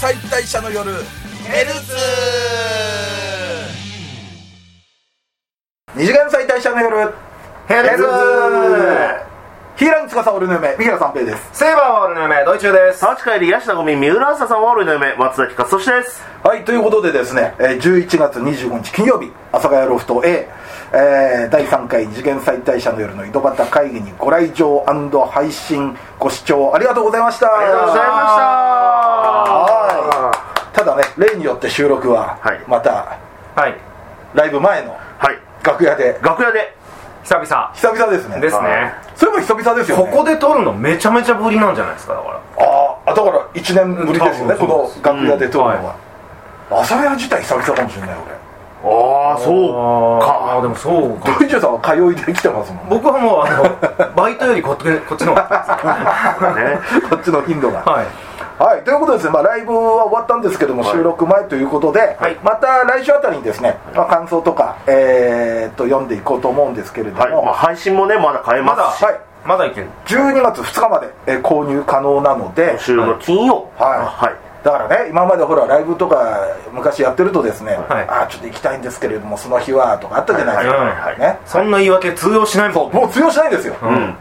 解体者の夜ヘルツ二次元解体者の夜ヘヘルルツツヒーランツカサオルヌーメ三平三平ですセイバーは俺の夢、ドイチューです。沢地帰り、ヤシナゴミ、三浦朝さんは俺の夢、松崎勝利です。はいということでですねえー11月25日金曜日阿佐ヶ谷ロフト A えー第3回二次元再退者の夜の井戸端会議にご来場配信ご視聴ありがとうございましたありありがとうございまはただね例によって収録ははいまたい。はい。ライブ前のした。はい。楽屋で楽屋で、久々。久々ですねですねは。それも久々ですよ、こね、こで撮るのめちゃめちゃぶりなんじゃないですか、だから。ああだから1年ぶりですよね多分そうこですの楽屋で撮るのうんは阿佐ヶ谷自体久々かもしれないああ、そうあーか。でもそう俺か。ドイツさんは通いで来てますもん僕はもう、あの、バイトよりこっちこっちの方が。ね、こっちの頻度がはい。はいということでですね、まあ、ライブは終わったんですけども、はい収録前ということで、はいまた来週あたりにですね、まあ、感想とか、えーっと読んでいこうと思うんですけれども、はい。まあ、配信もね、まだ変えまますし、はいだ、まだいける。 12月2日まで、えー購入可能なので収録の金曜。はいはい。だからね今までほらライブとか昔やってるとですね、はいああちょっと行きたいんですけれどもその日はとかあったじゃないですか、はいはいねそんな言い訳通用しないもん。もう通用しないんですよ、ん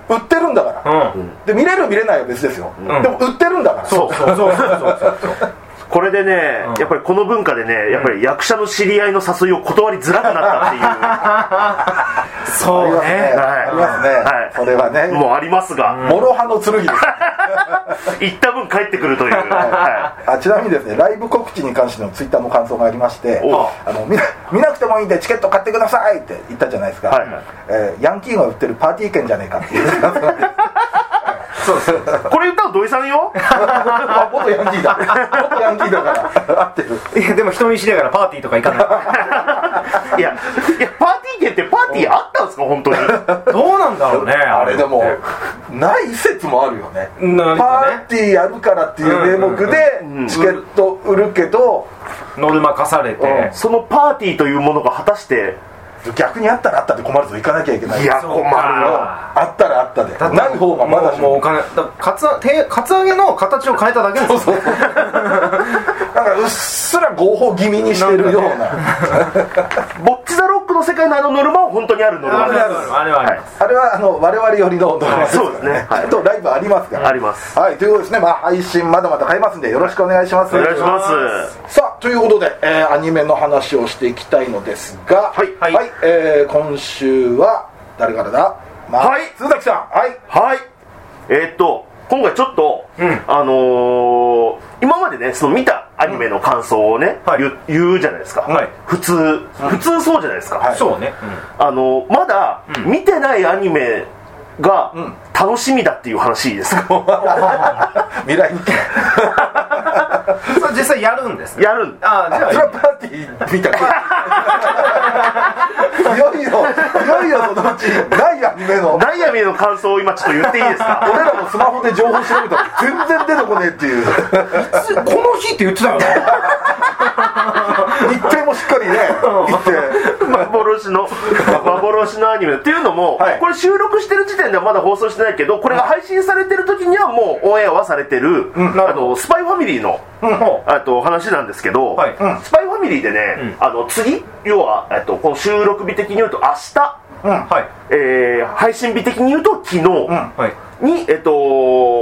売ってるんだから、うん。で見れる見れないは別ですよ、んでも売ってるんだからそうそうそうそうそう。これでね、やっぱりこの文化でね、やっぱり役者の知り合いの誘いを断りづらくなっありそうますね、ね。ありますね、はいそれはたっていう、ねもうありますが、諸刃の剣です行った分帰ってくるという。はあちなみにですねライブ告知に関してのツイッターの感想がありましておあの見な見なくてもいいんでチケット買ってくださいって言ったじゃないですか、はいはいえーヤンキーが売ってるパーティー券じゃねえかっていうそうそう。いこれ言ったの土井さんよ。 あ元ヤンキーだ元ヤンキーだから合ってるいやでも人見知りだからパーティーとか行かないや、いや、パーティー券ってパーティーあったんですか、本当に。い。どうなんだろうね。あれでもってない説もあるよねなんパかーティーやるからっていう名目んうでんチケット売るけどね。ノルマ課されて。そのパーティーというものが果たして、逆にあったらあったで困るぞ行かなきゃいけないいや、そう困かるよ。あったらあったでだってない方がまだしもうもうおも金だカツア手カツアゲの形を変えただけですよだからうっすら合法気味にしてるようなボッチザロックの世界のあのノルマは本当にあるノルマあでれすはあるあれはありますあれはあの我々よりの動画ですそうですねちはゃいんとライブありますからありますはいということですねまあ配信まだまだ買いますんでよろしくお願いしますお願いしますさあということで、えーアニメの話をしていきたいのですがはいはいえー今週は誰からだまはい鈴崎さんはいはいえーっと今回ちょっと、うんあのー今までねその見たアニメの感想をね、はい言う言うじゃないですか、はい普通普通そうじゃないですか、はいそうね、あのーまだ見てないアニメがん楽しみだっていう話いいですか未来にそれ実際やるんですねやるんああじそれゃはパーティーみたいないよいよいよいよそのうちないアニメのダイアミの感想を今ちょっと言っていいです か俺らもスマホで情報調べたら全然出てこねえっていうあこの日って言ってたよね日程もしっかりね行って幻の幻のアニメっていうのも、はいこれ収録してる時点ではまだ放送してないけどこれが配信されてる時にはもうオンエアはされてる、なるあのスパイファミリーのもあと話なんですけど、はいうんスパイファミリーでね、あの次要は、えっと、この収録日的に言うと明日、うはいえー配信日的に言うと昨日はいに、えっと、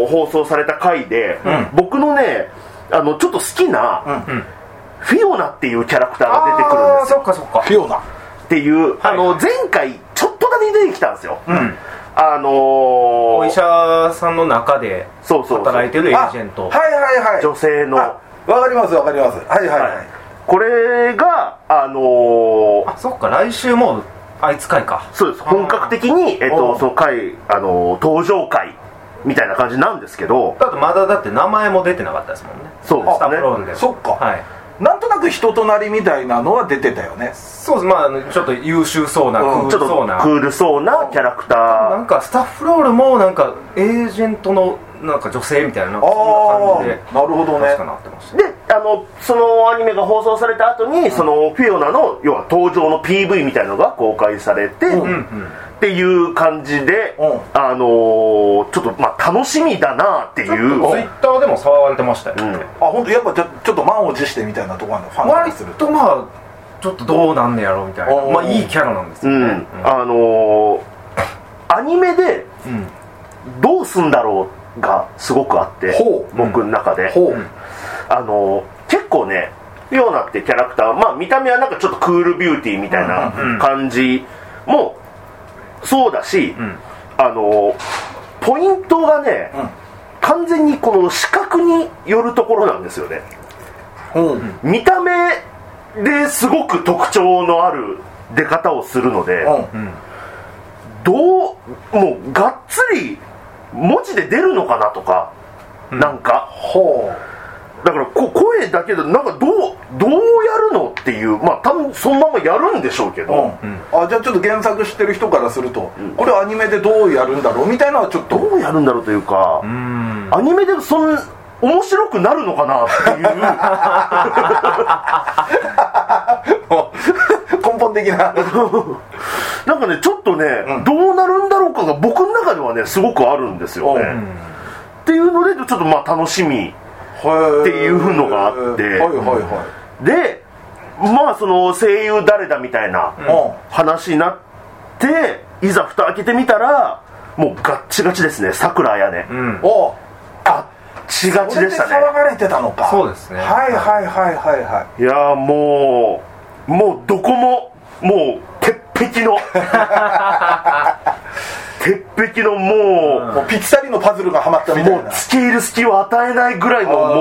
放送された回で、僕のねあのちょっと好きな、うんフィオナっていうキャラクターが出てくるんですあーそよっかそっかフィオナっていう、はいあの前回ちょっとだけ出てきたんですよ、んあのー、お医者さんの中でそうそうそう働いてるエあージェントはいはいはい女性の、あわかりますわかりますはいはいはいこれがあのーあそっか来週もうあいつ会かそうです本格的に、えっおと、うその会、あのー登場会みたいな感じなんですけどだってまだだって名前も出てなかったですもんねそうですねスタッフロールでもそっかはいなんとなく人となりみたいなのは出てたよねそうですまああのちょっと優秀そうなクうんールちょっとそうなクールそうなキャラクタなーんかスタッフロールもなんかエージェントのなんか女性みたいななんかあそんなあ感じでなるほどね確かなってましたであのそのアニメが放送された後に、そのフィオナの要は登場の PV みたいのが公開されて、っていう感じで、うんあのーちょっとまあ楽しみだなっていツイうッターでも騒がれてましたよ、うんあ本当やっぱちょちょっと満を持してみたいなところあるのファンから割するととまあちょっとどうなんねやろみたいおなーまあいいキャラなんですうよね、んあのーアニメでうんどうすんだろうがすごくあってほう僕の中で、ほう、あの結構ねフィオナってキャラクター、まあ、見た目はなんかちょっとクールビューティーみたいな感じもそうだし、んあのポイントがね、うん完全にこの視覚によるところなんですよねうん見た目ですごく特徴のある出方をするので、うんどうもうがっつり文字で出るのかなとか、なんかほだからこ声だけでなんかどうどうやるのっていうまあ多分そのままやるんでしょうけう、うんど、あじゃあちょっと原作知ってる人からすると、これアニメでどうやるんだろうみたいなのはちょっとどうやるんだろうというか、うんアニメでそん面白くなるのかな っていう 根本的ななんかねちょっとね、どうなるんだろうかが僕の中ではねすごくあるんですよね、うっていうのでちょっとまあ楽しっみていうのがあってはいはいはでまあその声優誰だみたいな、い、うん話になっていざ蓋開けてみたらもうガッチガチですね桜彩ね、うんおあチガチでしたねそれで騒がれてたのかそうですねはいはいはいはいはいいやーもうもうどこももう鉄壁の鉄壁のももうピッタリのパズルがはまったう、みたもいうな付け入る隙を与えないぐらいのあー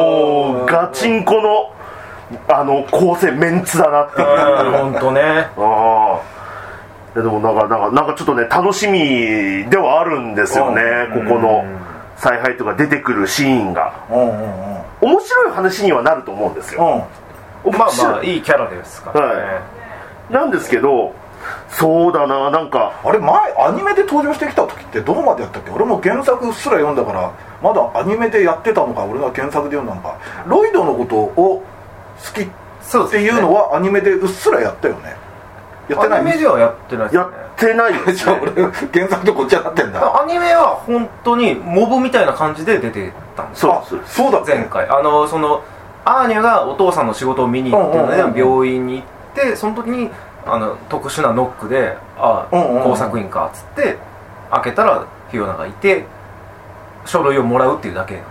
もうガチンコのあの構成メンツだなっていう本当ねああでもなんかなんかなんかちょっとね楽しみではあるんですよねここの采配とか出てくるシーンがうんうんうん面白い話にはなると思うんですようんまあま白あいいいキャラですからね、はなんですけどそうだななんかあれ前アニメで登場してきた時ってどこまでやったっけ俺も原作すら読んだからまだアニメでやってたのか俺が原作で読んだのかロイドのことを好きっそうですてねいうのはアニメでうっすらやったよねやってないアニメではやってないですねやってないよね じゃあ俺原作とこっちゃなってんだアニメは本当にモブみたいな感じで出てたんですよそうそうあそうだっけ前回あのそのアーニャがお父さんの仕事を見に行ってるうんうんうんので病院に行ってその時にあの特殊なノックで「ああ、うんうんうん工作員か」っつって開けたらフィオナがいて書類をもらうっていうだけ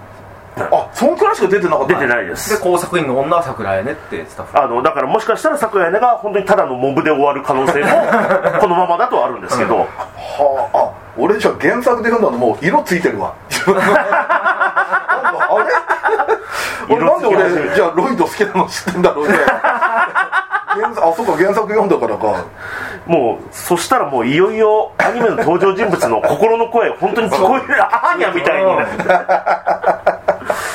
あそんくらいしか出てなかった出てないでです工作員の女は桜井ねってスタッフあのだからもしかしたら桜井ねが本当にただのモブで終わる可能性もこのままだとはあるんですけど、はあ、あ俺じゃあ原作で読んだのもう色ついてるわなんかあれ俺なんで色俺つき始めたじゃあロイド好きなの知ってんだろうね原作あそうか原作読んだからかもうそしたらもういよいよアニメの登場人物の心の声本当に聞こえるアーニャみたいになる だか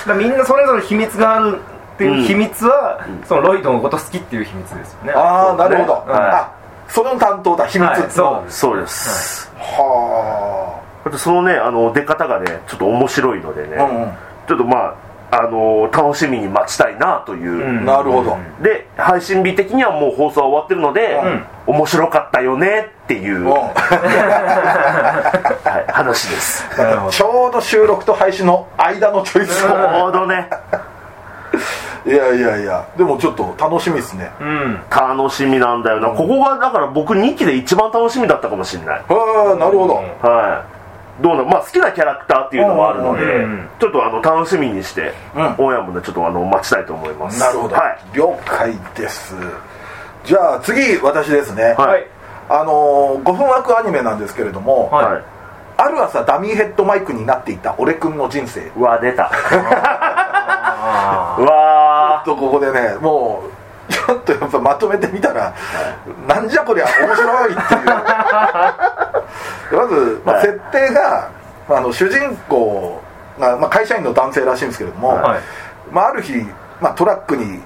らみんなそれぞれ秘密があるっていう秘密は、そのロイドのこと好きっていう秘密ですよねああなそうねるほど、はいあその担当だ秘密、はいそうですそうです、はあとそのねあの出方がねちょっと面白いのでね、あうん、ちょっとまああの楽しみに待ちたいなという、うんん、なるほど、で配信日的にはもう放送は終わってるので、面白かったよねっていう、うんはい、話ですなるほ どちょうど収録と配信の間のチョイスち をょうどねいやいやいやでもちょっと楽しみですねへうん楽しみなんだよな、ここがだから僕2期で一番楽しみだったかもしれないあなるほど、うんはいどうなまあ、好きなキャラクターっていうのもあるので、うんうんうんちょっとあの楽しみにして、うんオンエアもねちょっとあの待ちたいと思いますなるほど、はい、了解ですじゃあ次私ですね、はいはいあのー、5分枠アニメなんですけれども、はいはいある朝ダミーヘッドマイクになっていた俺くんの人生うわ出たあうわとここでねもうちょっとやっぱまとめてみたら、なんじゃこりゃ面白いっ ていうまず、まあはい設定が、まあ、あの主人公が、まあ、会社員の男性らしいんですけれども、はいまあ、ある日、まあ、トラックに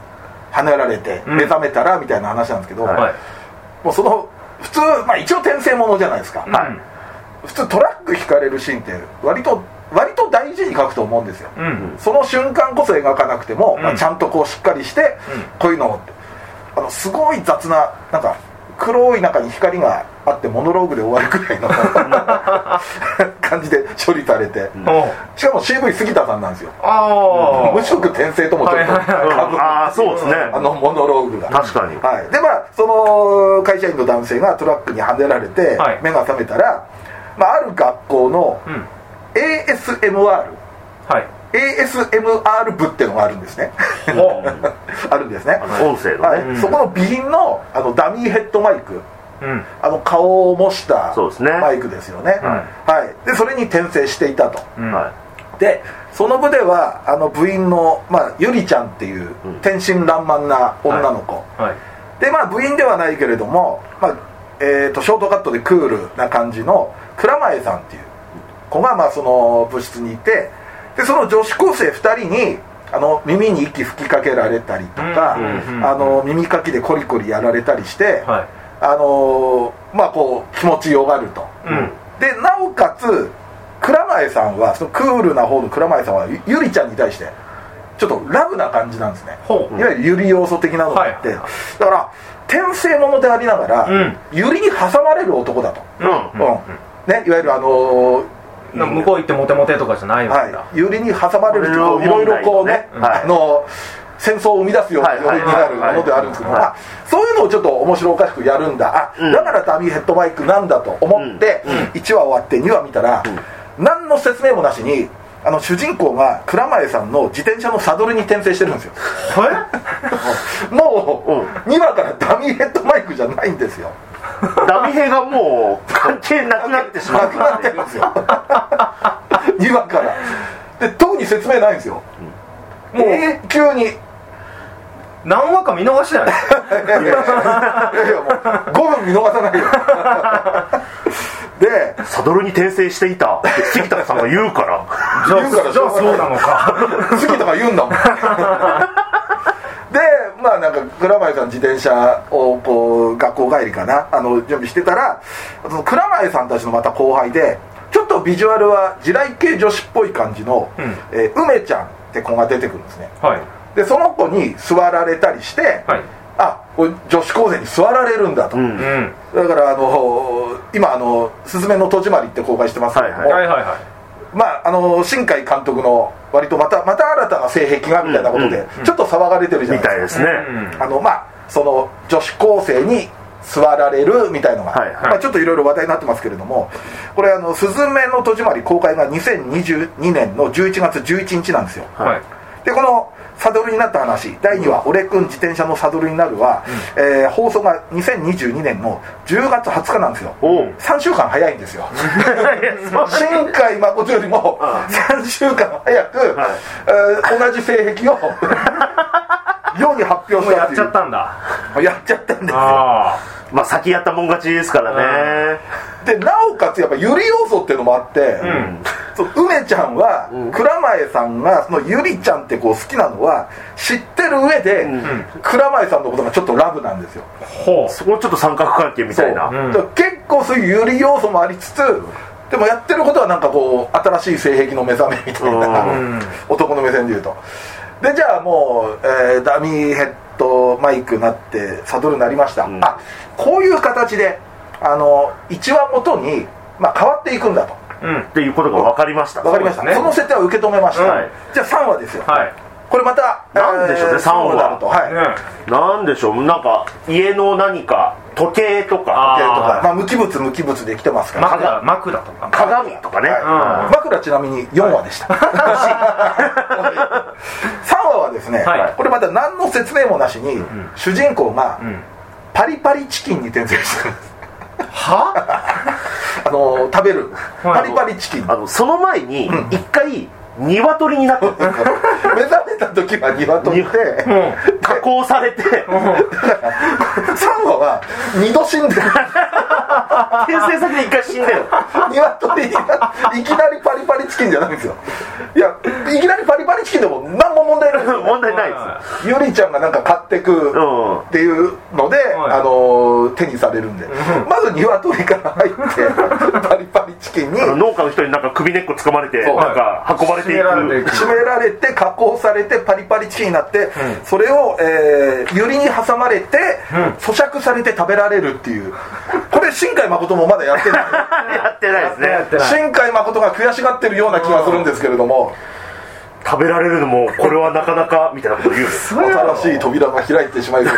はねられてうん目覚めたらみたいな話なんですけど、ーはいもうその普通、まあ、一応転生ものじゃないですか、はい普通トラック引かれるシーンって割と割と大事に描くと思うんですよ、うんその瞬間こそ描かなくても、まあうんちゃんとこうしっかりして、うんこういうのをあのすごい雑ななんか黒い中に光があってモノローグで終わるく らいの感じで処理されて、おうしかも CV 杉田さんなんですよああ無色転生ともちょっとはいはいはいかぶるああそうですねあのモノローグが確かにはい、でまあその会社員の男性がトラックにはねられて、はい目が覚めたら、まあ、ある学校のうん ASMR、はい ASMR 部ってのがあるんですね おあるんですねあの音声のはいね、んそこの備品のあのダミーヘッドマイクうんあの顔を模したそうですねマイクですよねはい、でそれに転生していたとうんはいでその部ではあの部員の、まあ、ゆりちゃんっていううん天真爛漫な女の子、はいでまあ部員ではないけれども、まあえー、とショートカットでクールな感じの蔵前さんっていう子がまあその部室にいてでその女子高生2人にあの耳に息吹きかけられたりとか、うんうんうんあの耳かきでコリコリやられたりして、はいあのーまあこう気持ちよがると、うんでなおかつ蔵前さんはそのクールな方の蔵前さんはゆゆりちゃんに対してちょっとラブな感じなんですねほういわゆるゆり要素的なのがあって、はいはいはだから転生ものでありながら、うんゆりに挟まれる男だと、うんうんね、いわゆるあのーな向こう行ってモテモテとかじゃないわけだ、はい、ユリに挟まれるとこいれろはいろこうね、問題ねはいあの戦争を生み出すようなはい世はいになるものであるんですけど、はいまあそういうのをちょっと面白おかしくやるんだあ、うんだからダミーヘッドバイクなんだと思って、うんうん1話終わって2話見たら、何の説明もなしにあの主人公が蔵前さんの自転車のサドルに転生してるんですよ もう、2話からダミーヘッドバイクじゃないんですよダミヘがもう関係なくなってしまなっくなたっってていうますよ 2話からで特に説明ないんですよ、もう、え急にえ何話か見逃してないいやいやいやいやもう5分見逃さない よでサドルに転生していたって杉田さんが言うからじゃ言うからあじゃあそうなのか好きとか言 うんだもんでまあなんか蔵前さん自転車をこう学校帰りかなあの準備してたらその蔵前さんたちのまた後輩でちょっとビジュアルは地雷系女子っぽい感じの、うんえー梅ちゃんって子が出てくるんですねはいでその子に座られたりして、はいあこれ女子高生に座られるんだと、うんうんだからあの今あの「すずめの戸締まり」って公開してますけども、はいはいはいはいまああの新海監督の割とまたまた新たな性癖がみたいなことで、うんちょっと騒がれてるじゃみないでたすいかですねうんあのまあその女子高生に座られるみたいのが、はいはいまあ、ちょっといろいろ話題になってますけれどもこれあの「すずめの戸締まり」公開が2022年の11月11日なんですよはいでこのサドルになった話第2話「俺くん自転車のサドルになるは」えー放送が2022年の10月20日なんですよおう3週間早いんですよ新海誠よりもああ3週間早く、はいえー同じ性癖を世に発表もうしたやっっていちゃったんだうやっちゃったんですよあまあ先やったもん勝ちですからねでなおかつやっぱゆり要素っていうのもあって、んそう梅ちゃんは、うん蔵前さんがそのゆりちゃんってこう好きなのは知ってる上で、ん蔵前さんのことがちょっとラブなんですよあほそこちょっと三角関係みたいなそううんだから結構そういう有利要素もありつつでもやってることはなんかこう新しい性癖の目覚めみたいな、うん男の目線で言うとでじゃあもう、えーダミーヘッドマイクなってサドルになりました、うんあこういう形であの1話ごとに、まあ、変わっていくんだとううんっていうことが分かりました分かりましたそそ,、うですねの設定は受け止めました、はいじゃあ3話ですよ、はいこれまたなんでしょうね三話だろうとはい、ね時計なんでしょうなんか家の何か時計ととかかあまあ、無機物無機物できてますから、枕枕とか鏡とかね、はいうん枕ちなみに4話で した、3話はですね、はいこれまた何の説明もなしに、主人公がうんパリパリチキンに転生してるんです はあのー食べるはパいリパリ チキン目あのその前に一回鶏になって る覚めた時は鶏でう3ん加工されて 話は2度死ん でる転生先で一回死んだよ鶏がいきなりパリパリチキンじゃないんですよいやいきなりパリパリチキンでも何も問題ないですよ問題ないですゆりちゃんがなんか買ってく、うんっていうので、はい あのー手にされるんで、まず鶏から入ってパリパリチキンにあの農家の人になんか首根っこ掴まれてそうなんか運ばれてい絞められてくいく締められて加工されてパリパリチキンになって、うんそれを、えー、ユリに挟まれて、うん咀嚼されて食べられるっていうこれ新海誠もまだやってないやってないですねやってない新海誠が悔しがってるような気がするんですけれども食べられるのもこれはなかなかみたいなこと言うね それは新しい扉が開いてしまいそう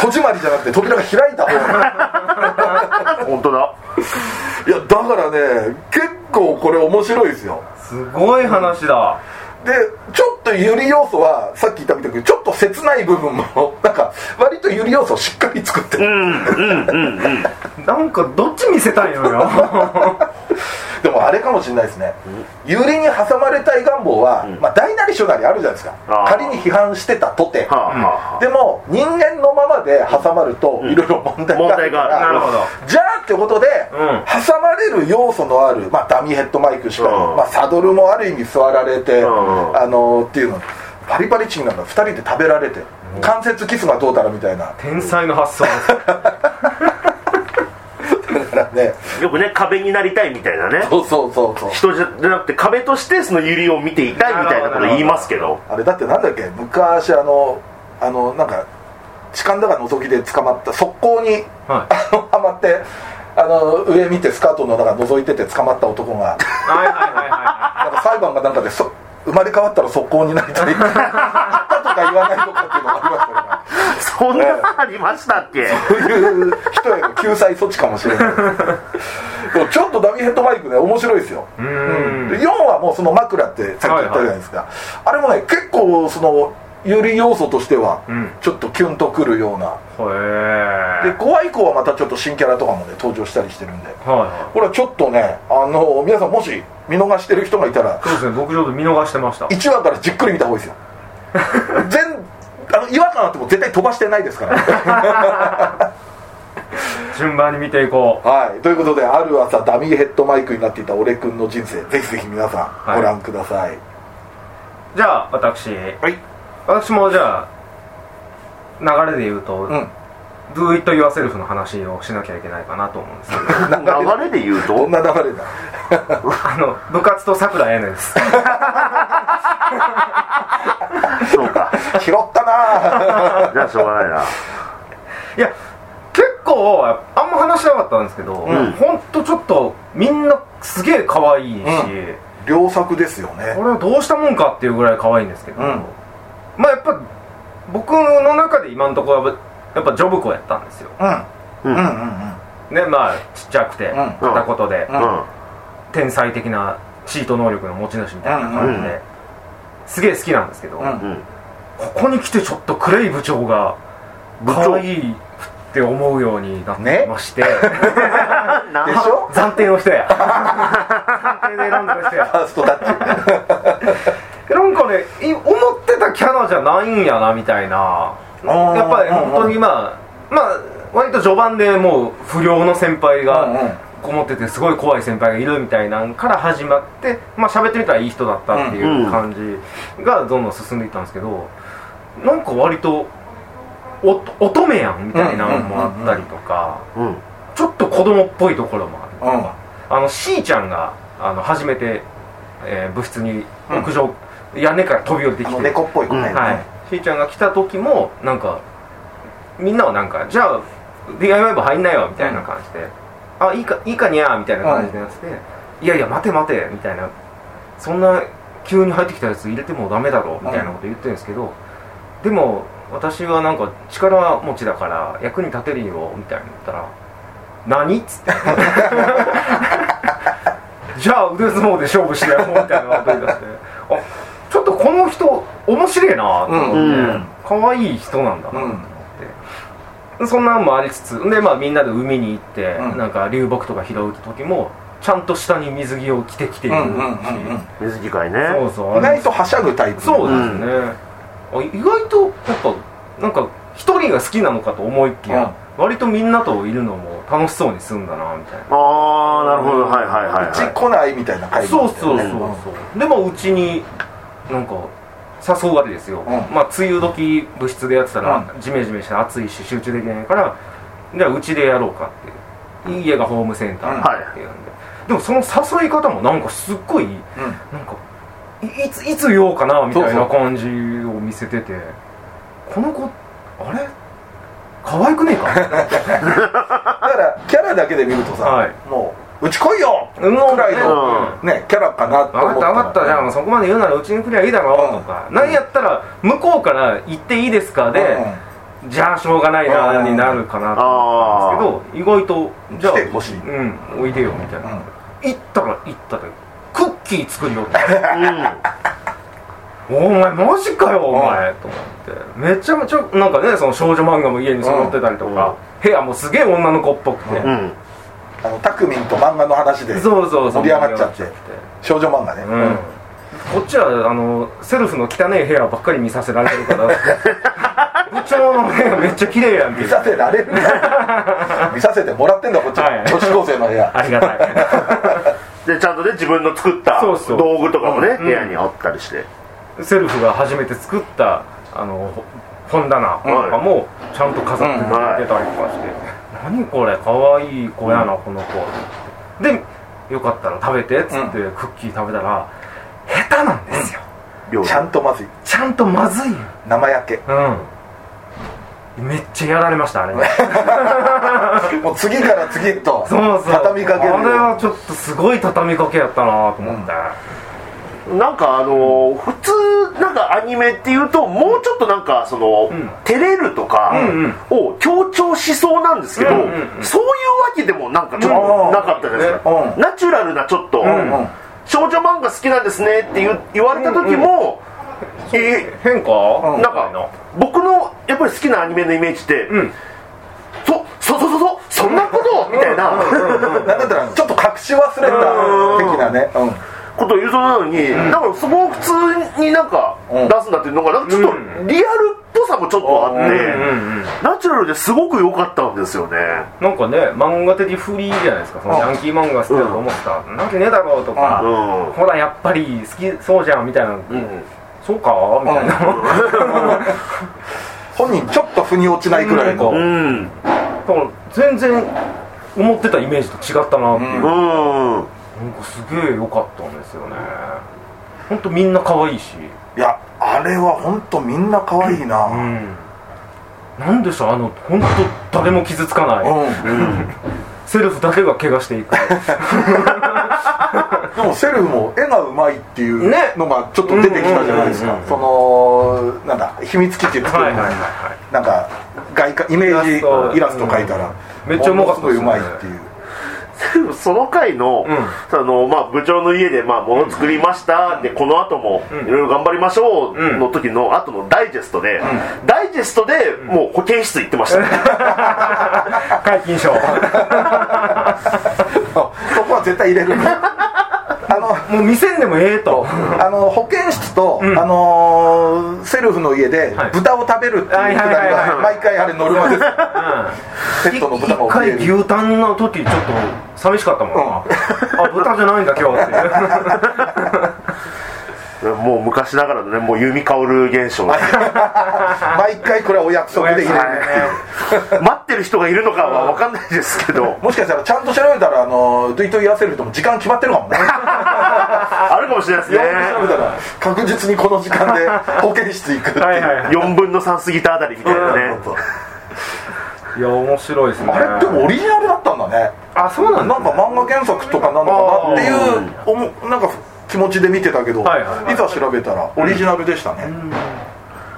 戸締まりじゃなくて扉が開いた方が本当だいやだからね結構これ面白いですよすごい話だでちょっとユリ要素はさっき言ったみたいにちょっと切ない部分も なんか割とユリ要素をしっかり作ってるうんうんうんうんなんかどっち見せたいのよでもあれかもしれないですね、ユリに挟まれたい願望は、まあ、大なり小なりあるじゃないですかあー仮に批判してたとて、はあはでも人間のままで挟まるといろいろ問題があるか問題がら、あ なるほどじゃあってことで、うん挟まれる要素のある、まあ、ダミーヘッドマイクしかり、うんまあ、サドルもある意味座られて、うんあのーっていうのパリパリチンなんか2人で食べられて、関節キスがどうたらみたいな 天才の発想だからねあよくね壁になりたいみたいなねそうそうそうそう人じゃなくて壁としてそのユリを見ていたいみたいなこと言いますけどあれだってなんだっけ昔あのあのなんか痴漢だか覗きで捕まった速攻にはあのはまってあの上見てスカートの中覗いてて捕まった男がいはいはいはいなはんか裁判がなんかでそ生まれ変わったら速攻になり たい言ったとか言わないとかっていうのがありそんなのありましたっ けますからねそういう人への救済措置かもしれないでもちょっとダミーヘッドマイクね面白いですよいうんで4はもうその枕ってさっき言ったじゃないですか、あれもね結構そのより要素としてはうんちょっとキュンとくるような、へでえ怖い子はまたちょっと新キャラとかもね登場したりしてるんではこれはちょっとねあの皆さんもし見逃してる人がいたらいはいそうですね僕ちょっと見逃してました1話からじっくり見た方がいいですよ 全あの違和感あっても絶対飛ばしてないですから、順番に見ていこはい、ということである朝ダミーヘッドマイクになっていた俺くんの人生ぜひぜひ皆さんいご覧ください、うじゃあ私はい私もじゃあ流れで言うと、うん Do It Yourself の話をしなきゃいけないかなと思うんです けど流れで言うどとんな流れだあの部活とさくらえねですそうか拾ったなぁじゃあしょうがな いないや結構あんま話しなかったんですけど、んほんとちょっとみんなすげえ可愛いし、うん 良作ですよねこれはどうしたもんかっていうぐらい可愛いんですけど、うんまあやっぱ僕の中で今のところはやっぱジョブ子やったんですようんううんんうんねまあちっちゃくて、ん片言で、うん天才的なチート能力の持ち主みたいな感じで、うんうすげえ好きなんですけど、うんうんうんここに来てちょっとクレイ部長が部長可愛いって思うようになってまして、なでしょ 暫定の人 や暫定で選んだ人フやァーストタッチなんかねい思ってたキャラじゃないんやなみたいなーやっぱり本当にまあまあ割と序盤でもう不良の先うん輩うんがこもっててすごい怖い先輩がいるみたいなんから始まってまあ喋ってみたらいい人だったっていう感じがどんどん進んでいったんですけどなんか割とお乙女やんみたいなのもあったりとかうんちょっと子供っぽいところもあるうんあのしーちゃんがあの初めて、えー部室に屋上、屋根から飛び降りてあきのて猫っぽい子ね、うんはい、しーちゃんが来た時もなんかみんなはなんかじゃあ DIY 部入んなよみたいな感じで「あいいかいいかにゃ」みたいな感じでやってていやいや待て待て」みたいなそんな急に入ってきたやつ入れてもダメだろみたいなこと言ってるんですけど、でも私はなんか力持ちだから役に立てるよみたいな言ったら「何?」っつって「じゃあ腕相撲で勝負してやろう」みたいなこと言い出してあちょっとこの人面白いなと思って、うん可愛い人なんだなと思って、そんなんもありつつで、まあ、みんなで海に行って、うんなんか流木とか拾う時もちゃんと下に水着を着てきているし、うんうんうんうん水着会ねそうそう意外とはしゃぐタイプそううですね、あ意外とやっぱなんか一人が好きなのかと思いきや、割とみんなといるのも楽しそうにすんだなみたいな、ああなるほどはいはいはい、ちは来ないみたいな会そうそうそうそう、でもうちになんか誘うわけですよ、んまあ梅雨時部室でやってたら、ジメジメして暑いし集中できないからじゃあうちでやろうかって家がホームセンターっていうんで、でもその誘い方もなんかすっごいなんかいいついつ言おうかなみたいな感じを見せててこの子あれ可愛くねえかだからキャラだけで見るとさ、はいもう「うち来いよ!」うくらいの、うんね、キャラかなと分か思った分かったじゃあもうそこまで言うならうちに来りゃいいだろうとか、うん何やったら向こうから行っていいですかで、じゃあしょうがないなうんになるかなと思ったんですけど意外とじゃあ来てほしいうんおいでよみたいうんな、行ったら行ったでクッキー作りよって お前マジかよお前、と思ってめちゃめちゃなんかねその少女漫画も家に揃ってたりとか、部屋もすげえ女の子っぽくて、ううんうんあのタクミンと漫画の話でそうそうそ盛うり上がっちゃって盛り上がっちゃって少女漫画ね、うんこっちはあのセルフの汚い部屋ばっかり見させられるから 部長の部屋めっちゃ綺麗やんけ見させられ る見させてもらってんだこっちも、はい女子高生の部屋ありがたいでちゃんとね自分の作ったそうそう道具とかもねん部屋にあったりしてセルフが初めて作ったあのほ本棚とかもちゃんと飾って出たりとかして、何これかわいい子やな、この子でよかったら食べてっつってクッキー食べたら、下手なんですよ料理ちゃんとまずいちゃんとまずいよ生焼けうんめっちゃやられましたあ れもう次から次へと そうそう畳みかけるあれはちょっとすごい畳みかけやったなと思って、なんかあのー普通なんかアニメっていうともうちょっとなんかその、うん照れるとかうんを強調しそうなんですけど、うんうんうんそういうわけでもなんかちょっうんとなかったじゃないですか、ねうんナチュラルなちょっと、うんうん少女漫画好きなんですねって言う言われた時も、え変化、うんなんか僕のやっぱり好きなアニメのイメージって、うんそそそそそそんなことみたいななんだったらちょっと隠し忘れた的なね、うんことを言うそうなのに、なんかそこを普通になんかうん出すんだっていうのがなんかちょっとリアルっぽさもちょっとあって、うんうんナチュラルですごく良かったんですよねなんかね漫画的フリーじゃないですかそのうんヤンキー漫画好きだと思ってた、なんてねえだろうとうか、ん、ほらやっぱり好きそうじゃんみたいな、うん、そうかみたいな、本人ちょっと腑に落ちないくらいの、うんうんだから全然思ってたイメージと違ったなっていう、うんうなんんかすげえ良かったんですよねほんとみんな可愛いしいやあれは本当みんな可愛いな、うんなんでしょうあの本当誰も傷つかない、うんセルフだけが怪我して いくでもセルフも絵がうまいっていうねのがちょっと出てきたじゃないですうんかうんそのなんだ秘密基地作るのになんか外観イメージイライラスストト描いたらうんめっちゃうまかったでものすごいすよねうまいっていう その回の,、うんあのまあ、部長の家で、まあ、物作りました、でこの後もんいろいろ頑張りましょううんの時の後のダイジェストで、ダイジェストでもう保健室行ってましたね、 解禁賞そこは絶対入れる あのもう見せんでもええとあの保健室と、んあのーセルフの家ではい豚を食べるっていうくだりはいはいはいはがい毎回あれノル マですペットの豚が怯一え回る牛タンの時ちょっと寂しかったもんな、あ豚じゃないんだ今日っていうもう昔ながらのねもう弓薫現象待毎回これはお約束で入れるってる人がいるのかは分かんないです けどもしかしたらちゃんと調べたらあのドゥイトイヤセルフとも時間決まってるかもねあるかもしれないですねよく調べたら確実にこの時間で保健室行くっていうはいはいはい4分の3過ぎたあたりみたいな ねいや面白いですねあれってオリジナルだったんだねあそうななんんかだ、漫画原作とかなのかなっていうおもなんか気持ちで見てたけど、はいはいはいいざ調べたらオリジナルでしたね、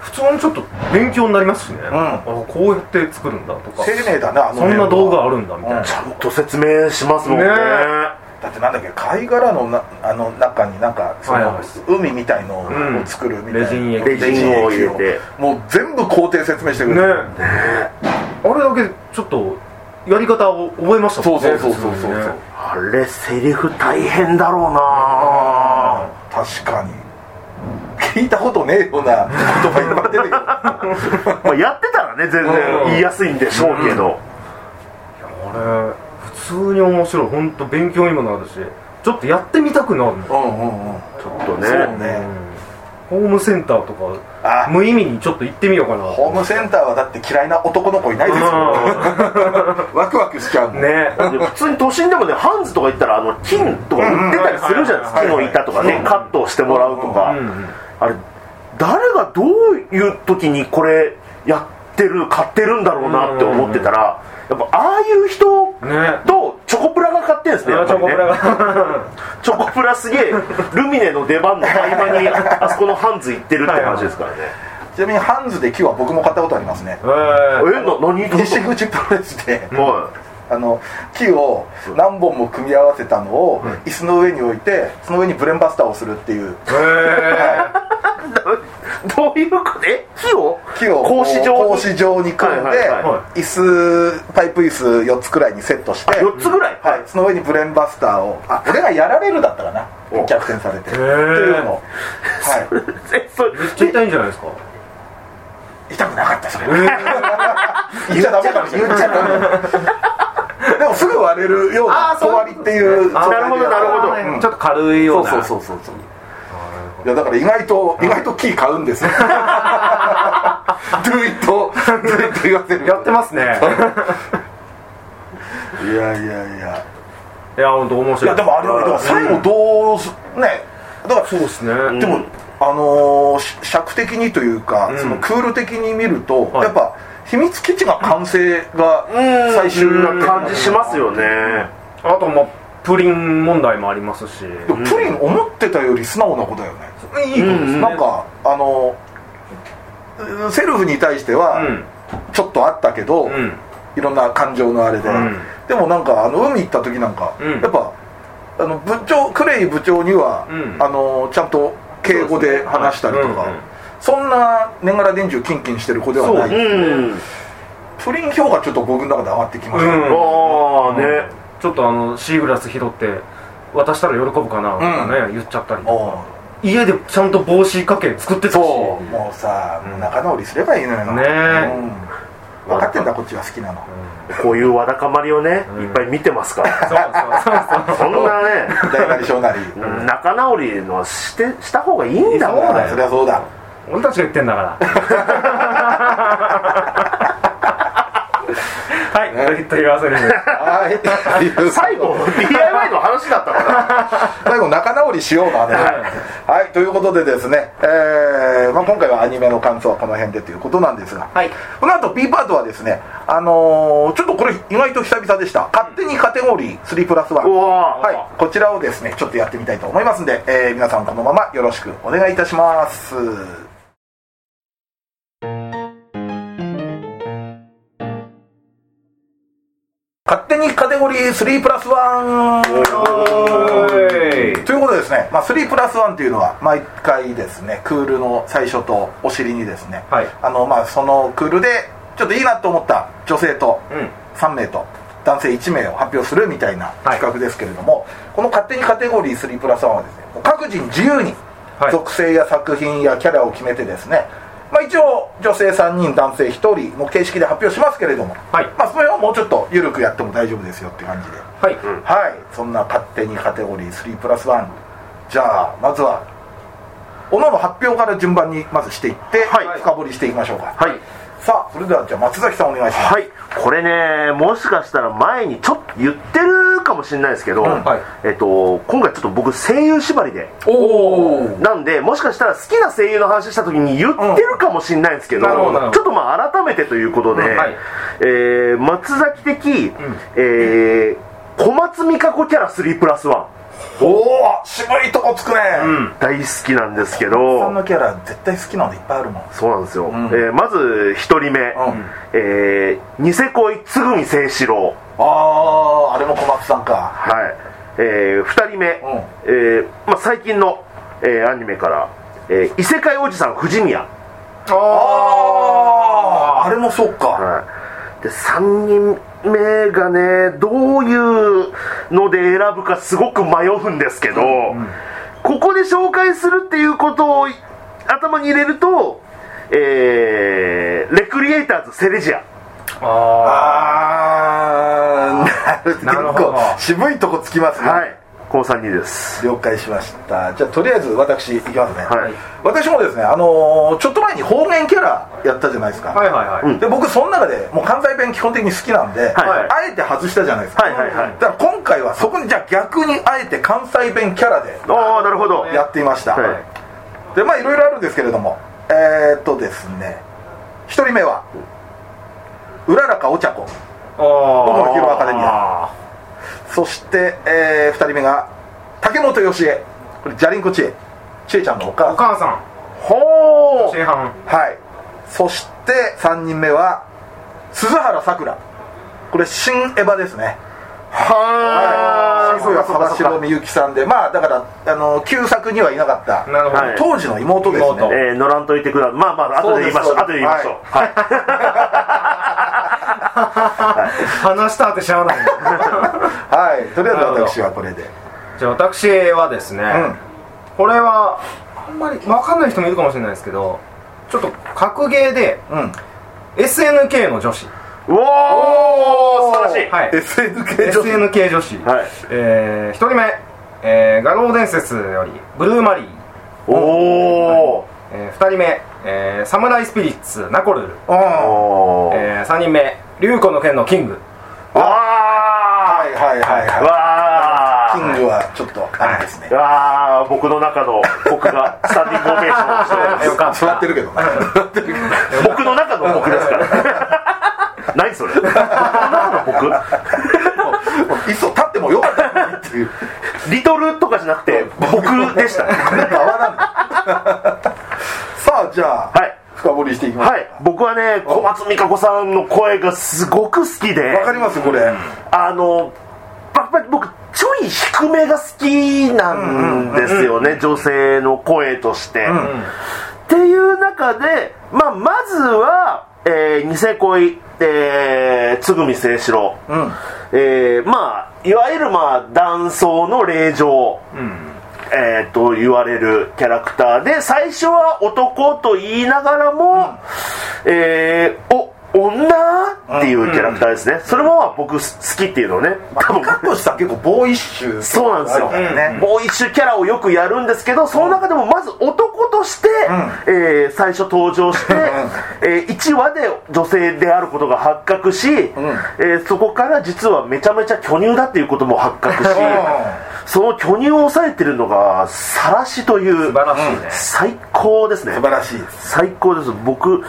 普通にちょっと勉強になりますしね、あこうやって作るんだとか丁寧だねあのそんな動画あるんだみたいな、うんちゃんと説明しますもんねねだってなんだっけ貝殻のなあの中になんかそはいはのい海みたいのをうん作るみたいな、レジン液レジンを入れてもう全部工程説明してくれねる、あれだけちょっとやり方を覚えましたそもうんねそうそうそうそう、普通にねあれセリフ大変だろうな確かに聞いたことねえような言葉いっぱい出てくるまあやってたらね全うん然言いやすいんでしょうけど、あれ普通に面白い本当勉強にもなるしちょっとやってみたくなるのうんうんうんちょっとねそうねホームセンターとかあ無意味にちょっと行ってみようかなホームセンターはだって嫌いな男の子いないですよ ワクワクしちゃうもんねで普通に都心でもねハンズとか行ったらあの金とか売ってたりするじゃないですかうん木うんの板とかうねんカットをしてもらうとかうんうんあれ誰がどういう時にこれやってる買ってるんだろうなって思ってたらやっぱああいう人ねとチョコプラが買ってるんですねやっチぱョりコプねラがチョコプラすげえルミネの出番の合 間にあそこのハンズ行ってるって話ですからねちなみにハンズで木は僕も買ったことありますねええな何西口プロレスではあの木を何本も組み合わせたのを椅子の上に置いてその上にブレンバスターをするっていうええいどういうことえ木を木を格子状に格子状に組んで、はいはいは椅子パイプ椅子4つくらいにセットしてあ4つぐらいはい、その上にブレンバスターをあ俺がやられるだったかなお逆転されてってへーいうのを、はえそれめっちゃ痛いんじゃないですかい、痛くなかったそれ 言っちゃダメかもしれない言っちゃダメでもすぐ割れるようなあーそう終わりっていうあー状態でやなるほどうなるんちょっと軽いようなそうそうそうそういやだから意外と意外とキー買うんです よドゥイ ットドゥイット言わせるやって ますねいやいやいやいや本当面い白いやでもあれはだから最後どうすねだからそうですねでも、あのーし尺的にというか、んそのクール的に見ると、はいやっぱ秘密基地が完成が最終なな感じしますよねあとまあプリン問題もありますしいいでもプリン思ってたより素直な子だよね、ことですねなんかあのーセルフに対してうはんちょっとあったけど、うんいろんな感情のあれで、んでもなんかあの海行った時なんか、うんやっぱあの部長クレイ部長には、うんあのちゃんと敬語で話したりとかそ,、はいうんうんんな年がら年中キンキンしてる子ではない、うんプリン評価ちょっと僕の中で上がってきました、うんああねちょっとあのシーグラス拾って渡したら喜ぶかなとかね、言っちゃったりおう家でちゃんと帽子かけ作ってたしそうもうさもう仲直りすればいいのよねえうん分かってんだこっちが好きなのこういうわだかまりをねうんいっぱい見てますかそらうそうそうそんなね大なり小なり そうん仲直りのしてした方がいいんだうもんだそりゃそうだそう俺たちが言ってんだ からはい、ねといというわけで はい最後 DIY の話だったから最後仲直りしようなねはいということでですね、えーまあ、今回はアニメの感想はこの辺でということなんですが、はいこの後 B パートはですね、あのーちょっとこれ意外と久々でした勝手にカテゴリー3プラス1うわーはい、こちらをですねちょっとやってみたいと思いますんで、えー皆さんこのままよろしくお願いいたします勝手にカテゴリー3プラス1ということでですね、まあ、3プラス1というのは毎回ですねクールの最初とお尻にですね、はいあのまあ、そのクールでちょっといいなと思った女性とうん3名と男性1名を発表するみたいなはい企画ですけれども、この勝手にカテゴリー3プラス1はですね各人自由にはい属性や作品やキャラを決めてですね、まあ、一応女性3人男性1人の形式で発表しますけれども、はいまあ、それはもうちょっと緩くやっても大丈夫ですよって感じで、はい、はいそんな勝手にカテゴリー3プラス1じゃあまずは各々発表から順番にまずしていって、はい深掘りしていきましょうか、はいさあそれではじゃあ松崎さんお願いします、はいこれねもしかしたら前にちょっと言ってるかもしれないですけど、んはいえっと今回ちょっと僕声優縛りでおおなんでもしかしたら好きな声優の話した時に言ってるかもしれないんですけど,、うんなるほどなるほどちょっとまあ改めてということで、うんはいえー松崎的、えー小松美香子キャラ3プラス1おお渋いとこつくねうん大好きなんですけうんさんどのキャラ絶対好きなのいっぱいあるもんそうなんですよ、んえーまず1人目、んえーニセ恋つぐみ誠志郎あああれも小松さんかはい、えー、2人目、えーまあ、最近の、えーアニメから、えー異世界おじさん藤宮、あああれもそうかはい、で3人目がねどういうので選ぶかすごく迷うんですけど、ここで紹介するっていうことを頭に入れると、えーレクリエイターズセレジアあああなるなるほど結構渋いとこつきますねはい。この3人です了解しましたじゃあとりあえず私いきますね、はい私もですねあのーちょっと前に方言キャラやったじゃないですか、はいはいはい、うんで僕その中でもう関西弁基本的に好きなんで、はいあえて外したじゃないですか、はいはいはいだから今回はそこにじゃあ逆にあえて関西弁キャラでああなるほどやっていました、はいでまあいろいろあるんですけれどもえー、っとですね1人目はうららかお茶子ああ僕のヒーローアカデミアそして、え2人目が竹本義恵これじゃりんこ知恵知恵ちゃんのお母おさん母さんほ正反はいそして3人目は鈴原さくらこれ新エヴァですねはあ新エヴァか沢か城みゆきさんでまあだからあの旧作にはいなかったなるほど、はい当時の妹ですね妹えー乗らんといてくだまあまあ後で言いましょうそう後ですで言いましょうはい、話したってしゃあないはいとりあえずなるほど私はこれで じゃあ私はですね、うんこれはあんまりわかんない人もいるかもしれないですけどちょっと格ゲーでうん SNK の女子うおお素晴らしいはい SNK 女子 SNK 女子、はいえ1人目、えー、画廊伝説よりブルーマリー、おーえ2人目、えー、サムライスピリッツナコルうル、んおーえ3人目竜子の剣のキングはわいはいはいはーわいーキングはちょっとあれですねわあ僕の中の僕がスタンディングオベーションをしておりますよかっ座ってるけどね僕の中の僕ですから何それ僕の中の いっそ立ってもよかったのにっていう僕リトルとかじゃなくて僕でしたねなんか合わなんさ あじゃあ、はい深掘りしていきますはい僕はね小松美香子さんの声がすごく好きでわかりますこれ、あのやっぱり僕ちょい低めが好きなんですよね女性の声として、っていう中で、まあ、まずは、えーニセ恋、えー、つぐみ清志郎、うんえーまあいわゆるまあ男装の霊場、うんえーと言われるキャラクターで最初は男と言いながらも、えーお女っていうキャラクターですね、それもまあ僕好きっていうのをね多分カットした結構ボーイッシュそうなんですよ、あるからね、もう一種キャラをよくやるんですけどその中でもまず男として、えー最初登場して、え1話で女性であることが発覚し、えーそこから実はめちゃめちゃ巨乳だっていうことも発覚しその巨乳を抑えてるのがさらしという素晴らし いね、最高ですね素晴らしいです最高です僕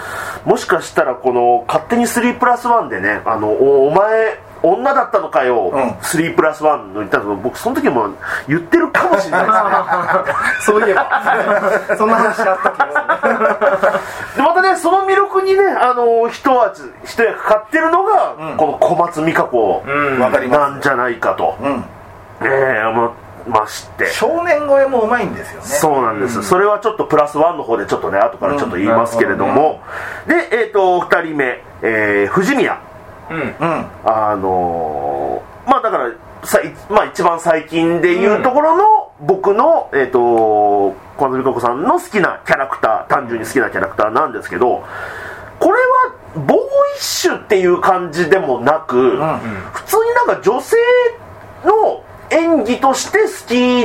もしかしたらこの勝手に3プラス1でねあのおお前女だったのかよ、うん3プラス1の言ったの僕その時も言ってるかもしれないそういえ ばそんな話あったけどですでまたねその魅力にねあの一味一役買ってるのが、この小松美香子うんわかりなまんじゃないかと、す、うん、ええ思いまして少年声もうまいんですよねそうなんです、それはちょっとプラスワンの方でちょっとね後からちょっと言いますけれども、でえっ、と2人目、えー藤宮うんうんうんあのーまあだからさい、まあ、一番最近でいうところの、僕の、えっと小松美香子さんの好きなキャラクター単純に好きなキャラクターなんですけどこれはボーイッシュっていう感じでもなく、普通になんか女性の演技として好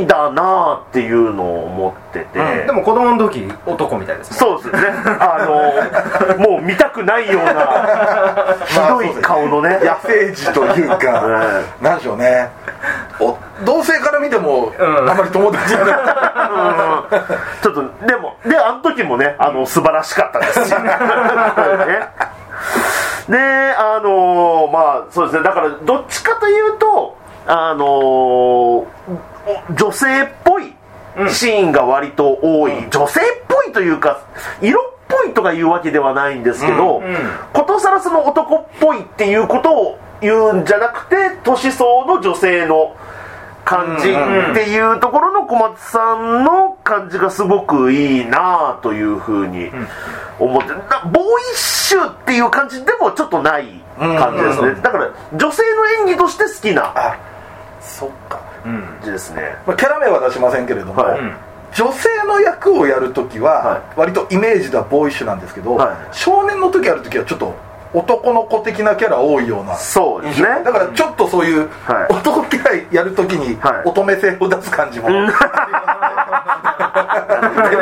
きだなっていうのを思ってて、うんでも子供の時男みたいですねそうですねあのーもう見たくないようなひどい顔のね野生児という かうなんでしょうねお同性から見ても、んあんまり友達じゃな いちょっとでもであの時もねあの素晴らしかったですしねであのーまあそうですねだからどっちかというとあのーお女性っぽいシーンが割と多い、女性っぽいというか色っぽいとかいうわけではないんですけど、うんうんことさらその男っぽいっていうことを言うんじゃなくて年相応の女性の感じっていうところの小松さんの感じがすごくいいなというふうに思ってだボーイッシュっていう感じでもちょっとない感じですうんうねだから女性の演技として好きなあそっか、うん感じですねまあ、キャラ名は出しませんけれども、はいううん女性の役をやるときはは割とイメージではボーイッシュなんですけど、は少年の時やるときはちょっと男の子的なキャラ多いようなそうですねだからちょっとそういう、はい男キャラやるときにはい乙女性を出す感じも、テレ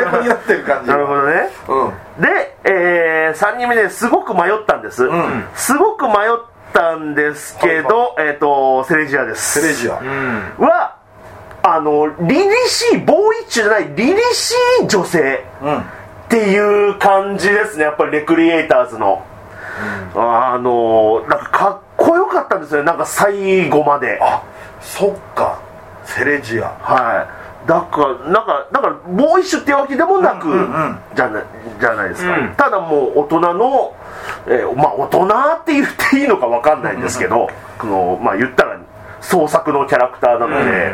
コになってる感じなるほどねうんで、え3人目ですごく迷ったんです、んすごく迷ったんですけど、えっ、とセレジアですテレジア、うんはあの凛々しいボーイッチュじゃない凛々しい女性うんっていう感じですねやっぱりレクリエイターズの、あのなんかかっこよかったんですよねなんか最後まであそっかセレジアはいだからなんかだからボーイッシュっていうわけでもなく、うんうんうんじゃなじゃないですか、うんただもう大人の、えーまあ大人って言っていいのかわかんないんですけど、このまあ言ったら創作のキャラクターなので、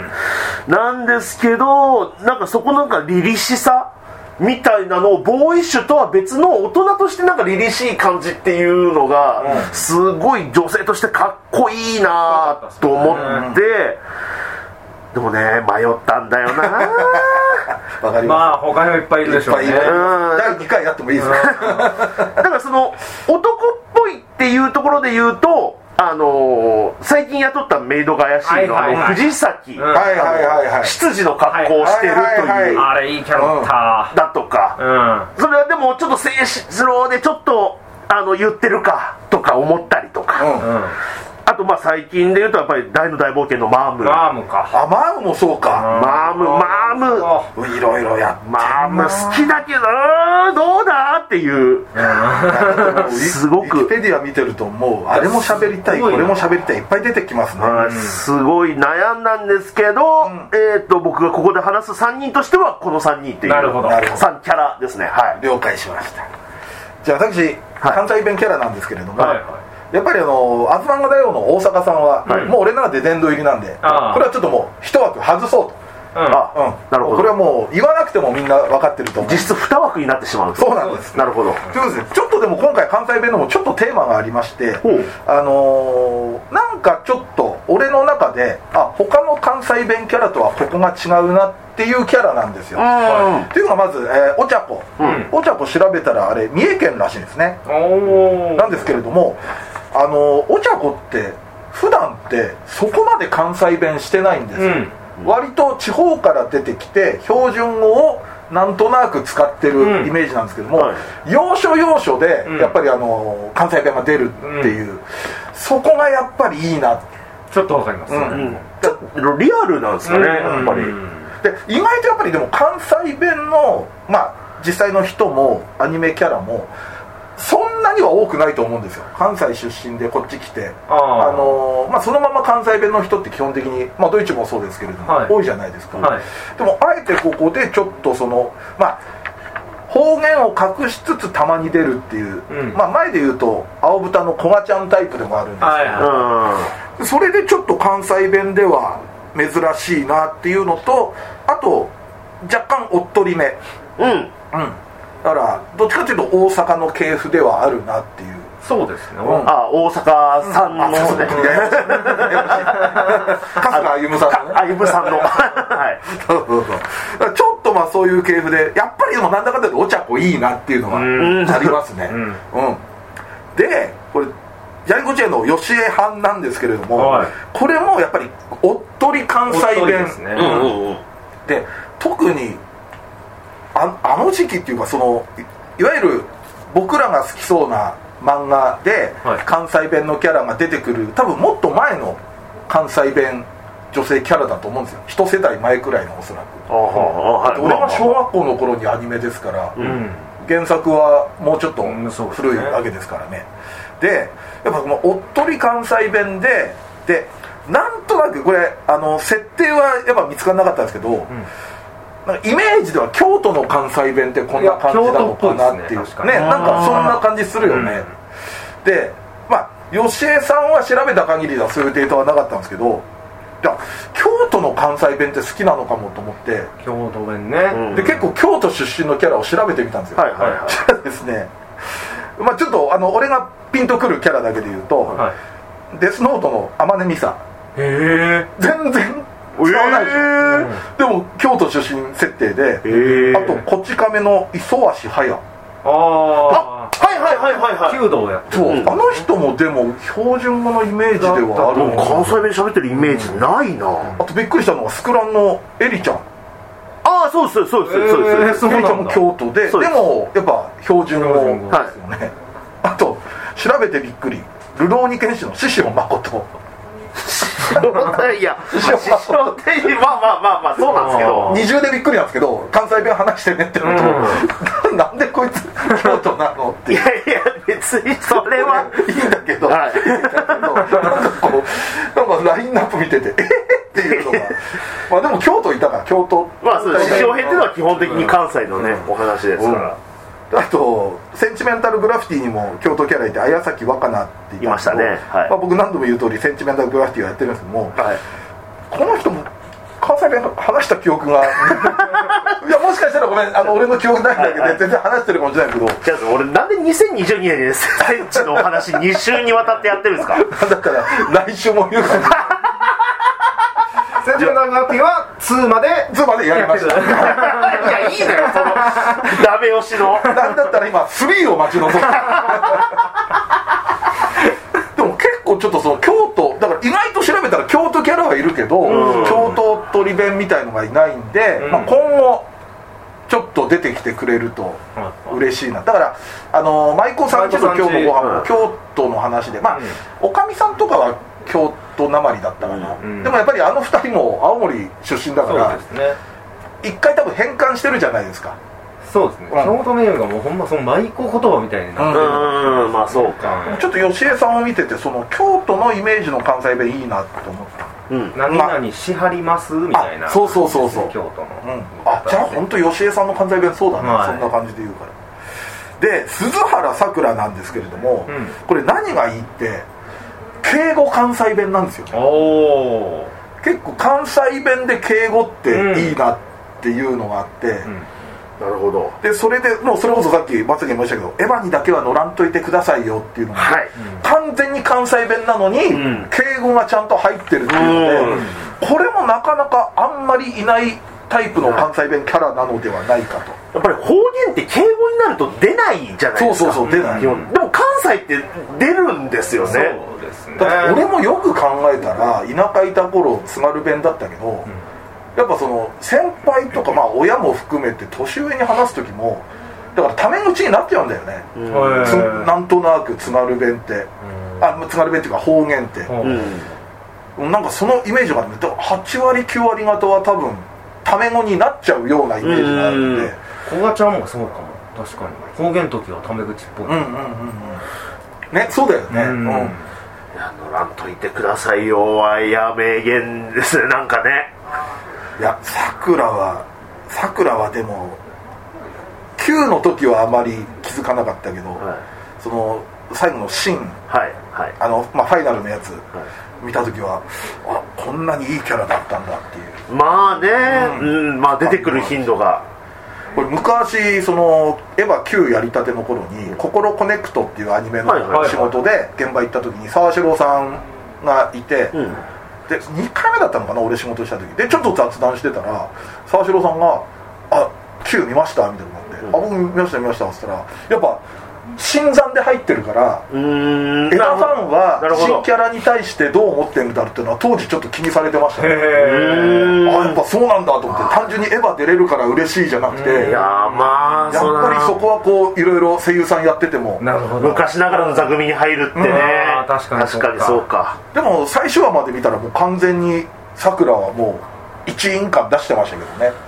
なんですけどなんかそこのなんか凛々しさみたいなのをボーイッシュとは別の大人としてなんか凛々しい感じっていうのが、うんすごい女性としてかっこいいなぁと思って、でもね迷ったんだよなわかりままあ他にもいっぱいいるでしす、ょういねっぱいいるうん第2回やってもいいですか、だからその男っぽいっていうところで言うとあのー最近雇ったメイドが怪しいの、はいはいはいあの藤崎、んはいはいはいはい執事の格好をしてるという、はいはいはいあれいいキャラだっただとか、それはでもちょっと静止ローでちょっとあの言ってるかとか思ったりとか、うんうんうんあとまあ最近で言うとやっぱり大の大冒険のマームマームかあマームもそうか、マームマームあいろいろ やっマーム好きだけどうーんどうだっていうたすごくウィキペディア見てるともうあれも喋りたいすこごいなれも喋りたいいっぱい出てきますね、まあすごい悩んだんですけど、えっと僕がここで話す3人としてはこの3人っていうなるほどなるほど3キャラですねはい了解しましたじゃあ私、関西弁キャラなんですけれども、はいはやっぱりあのアズマンガ大王の大阪さんは、はいもう俺の中で殿堂入りなんでこれああはちょっともう一枠外そうと、うんあうん、なるほどこれはもう言わなくてもみんな分かってると思う実質2枠になってしまうとそうなんですなるほどということでちょっとでも今回関西弁のもちょっとテーマがありましてほうあのーなんかちょっと俺の中であ他の関西弁キャラとはここが違うなっていうキャラなんですようんはいっていうのがまず、えーお茶子、んお茶子調べたらあれ三重県らしいですねおおなんですけれどもあのーお茶子って普段ってそこまで関西弁してないんですよ、うん割と地方から出てきて標準語をなんとなく使ってうるんイメージなんですけども、はい要所要所でうんやっぱりあの関西弁が出るっていう、そこがやっぱりいいなちょっとわかりますうんうんちょっとリアルなんですかね、やっぱり、で意外とやっぱりでも関西弁のまあ実際の人もアニメキャラもそんなには多くないと思うんですよ関西出身でこっち来てあああのーまあ、そのまま関西弁の人って基本的に、まあ、ドイツもそうですけれども、はい多いじゃないですか、はいでもあえてここでちょっとそのまあ方言を隠しつつたまに出るっていう、うんまあ、前で言うと青豚のこがちゃんタイプでもあるんですけど、はいはそれでちょっと関西弁では珍しいなっていうのとあと若干おっとりめうんうんうんだからどっちかというと大阪の系譜ではあるなっていういそうですねうんあ大阪さんのあそう方ですね、ね 春日歩夢さんのねあゆぶさんのはいそうそうそうだからちょっとまあそういう系譜でやっぱりでもなんだかんだでお茶子いいなっていうのがうんありますねうんうんでこれジャリンコチェーンの吉江藩なんですけれども、はいこれもやっぱりおっとり関西おっとり弁ですねうんうんうんで特にああの時期っていうかそのいいわゆる僕らが好きそうな漫画で、はい関西弁のキャラが出てくる多分もっと前の関西弁女性キャラだと思うんですよ一世代前くらいのおそらくああああはい俺は小学校の頃にアニメですから、うん原作はもうちょっとうんそうですね古いわけですからねでやっぱこのおっとり関西弁ででなんとなくこれあの設定はやっぱ見つからなかったんですけど、なんかイメージでは京都の関西弁ってこんな感じなのかなっていいや京う都っぽいですね確かねになんかそんな感じするよね、でまあ吉江さんは調べた限りではそういうデータはなかったんですけどいや京都の関西弁って好きなのかもと思って京都弁ねんで結構京都出身のキャラを調べてみたんですよ、はいはいはいしたら ですね、まあ、ちょっとあの俺がピンとくるキャラだけで言うと、はいデスノートの天音美沙へ全然使わないでしょ、でも京都出身設定で、ええあとこち亀の磯足隼えああはいはいはいはいはいはい弓道をやってそう、うんあの人もでも標準語のイメージではあるもんうですよ関西弁喋ってるイメージないな、あとびっくりしたのがスクランのエリちゃんああそうですそうですそうです、えーそうエなんリちだゃんも京都ででそうですもやっぱ標準語標準語ですよね、あと調べてびっくりルローニケンシの獅子を誠いや、まあ、師匠っていうまあまあまあまあそうなんですけど二重でびっくりなんですけど関西弁話してねってのと、 なんでこいつ京都なのっていいうやいや別にそれはいいんだけど、はいいいんだけどなんかこうなんかラインナップ見ててえっっていうのがまあでも京都いたから京都まあそうです師匠編っていうのは基本的に関西のね、お話ですから、あとセンチメンタルグラフィティにも京都キャラいて綾崎若菜っていましたねはいまあ、僕何度も言う通りセンチメンタルグラフィティをやってるんですけどもはいこの人も関西弁話した記憶 がいやもしかしたらごめんあの俺の記憶ないんだけど、はいはい全然話してるかもしれないけどじゃあ俺なんで2022年にセンチのお話2週にわたってやってるんですかだったら来週も言うからセンチメンタルグラフィティは2までいつまでやりましたいやいいのよその ダメ押し のなんだったら今3を待ち望んでるでも結構ちょっとその京都だから意外と調べたら京都キャラはいるけど、京都鳥弁みたいのがいないんで、うんまあ、今後ちょっと出てきてくれると嬉しいなだからあの舞妓さんちの今日のご飯舞妓さんもち京都の話でまあ、うんおかみさんとかは京都なまりだったかな、うんでもやっぱりあの二人も青森出身だかそうらですね一回多分変換してるじゃないですかそうですね京都名誉がもうほんまその舞妓言葉みたいになうってるーんまあそうかうんちょっと吉江さんを見ててその京都のイメージの関西弁いいなと思った、うん何々しはりますみたいなあそうそうそうそう京都の、うん、あじゃあ本当吉江さんの関西弁そうだね、はいそんな感じで言うからで鈴原さくらなんですけれども、うんこれ何がいいって敬語関西弁なんですよ当おお、結構関西弁で敬語っていいなっていうのがあって、うんなるほどでそれでもうそれこそさっきまつげも言いましたけど「エヴァにだけは乗らんといてくださいよ」っていうのが、はい完全に関西弁なのに、ん敬語がちゃんと入ってるっていうのうんでこれもなかなかあんまりいないタイプの関西弁キャラなのではないかと、やっぱり方言って敬語になると出ないじゃないですそかうそうそう出ない、基本でも関西って出るんですよそねうですねだから俺もよく考えたら田舎いた頃津軽弁だったけど、やっぱその先輩とかまあ親も含めて年上に話す時もだからタメ口になっちゃうんだよね、うんはいつなんとなく津軽弁ってあまあ津軽弁っていうか方言って、うんうんなんかそのイメージがあるんで8割9割方は多分タメ語になっちゃうようなイメージがあるんでうん古賀ちゃんもそうかも確かに方言の時はタメ口っぽい、うんうんうんうんねそうだよねうんうんいや乗らんといてくださいよはや名言ですねなんかねいやさくらはさくらはでも9の時はあまり気づかなかったけど、はいその最後のシーンはいはいあの、まあ、ファイナルのやつはい見た時はあこんなにいいキャラだったんだっていうまあね、ううんまあ出てくる頻度がこれ昔そのエヴァ9やりたての頃に「心コネクト」っていうアニメのはいはいはい仕事で現場行った時に沢城さんがいて、うんで2回目だったのかな俺仕事した時でちょっと雑談してたら沢城さんが「あ9見ました」みたいになって「うあん僕見ました見ました」っつったらやっぱ新参で入ってるからうーんエヴァファンはなるほど新キャラに対してどう思ってるんだろうっていうのは当時ちょっと気にされてましたへねあうーんやっぱそうなんだと思って単純にエヴァ出れるから嬉しいじゃなくてうんいやーまあやっうだぱなりそこはこういろいろ声優さんやっててもなるほど昔ながらの座組に入るってね、うんあー確かにそうかそうかでも最初話まで見たらもう完全にさくらはもう一員感出してましたけどね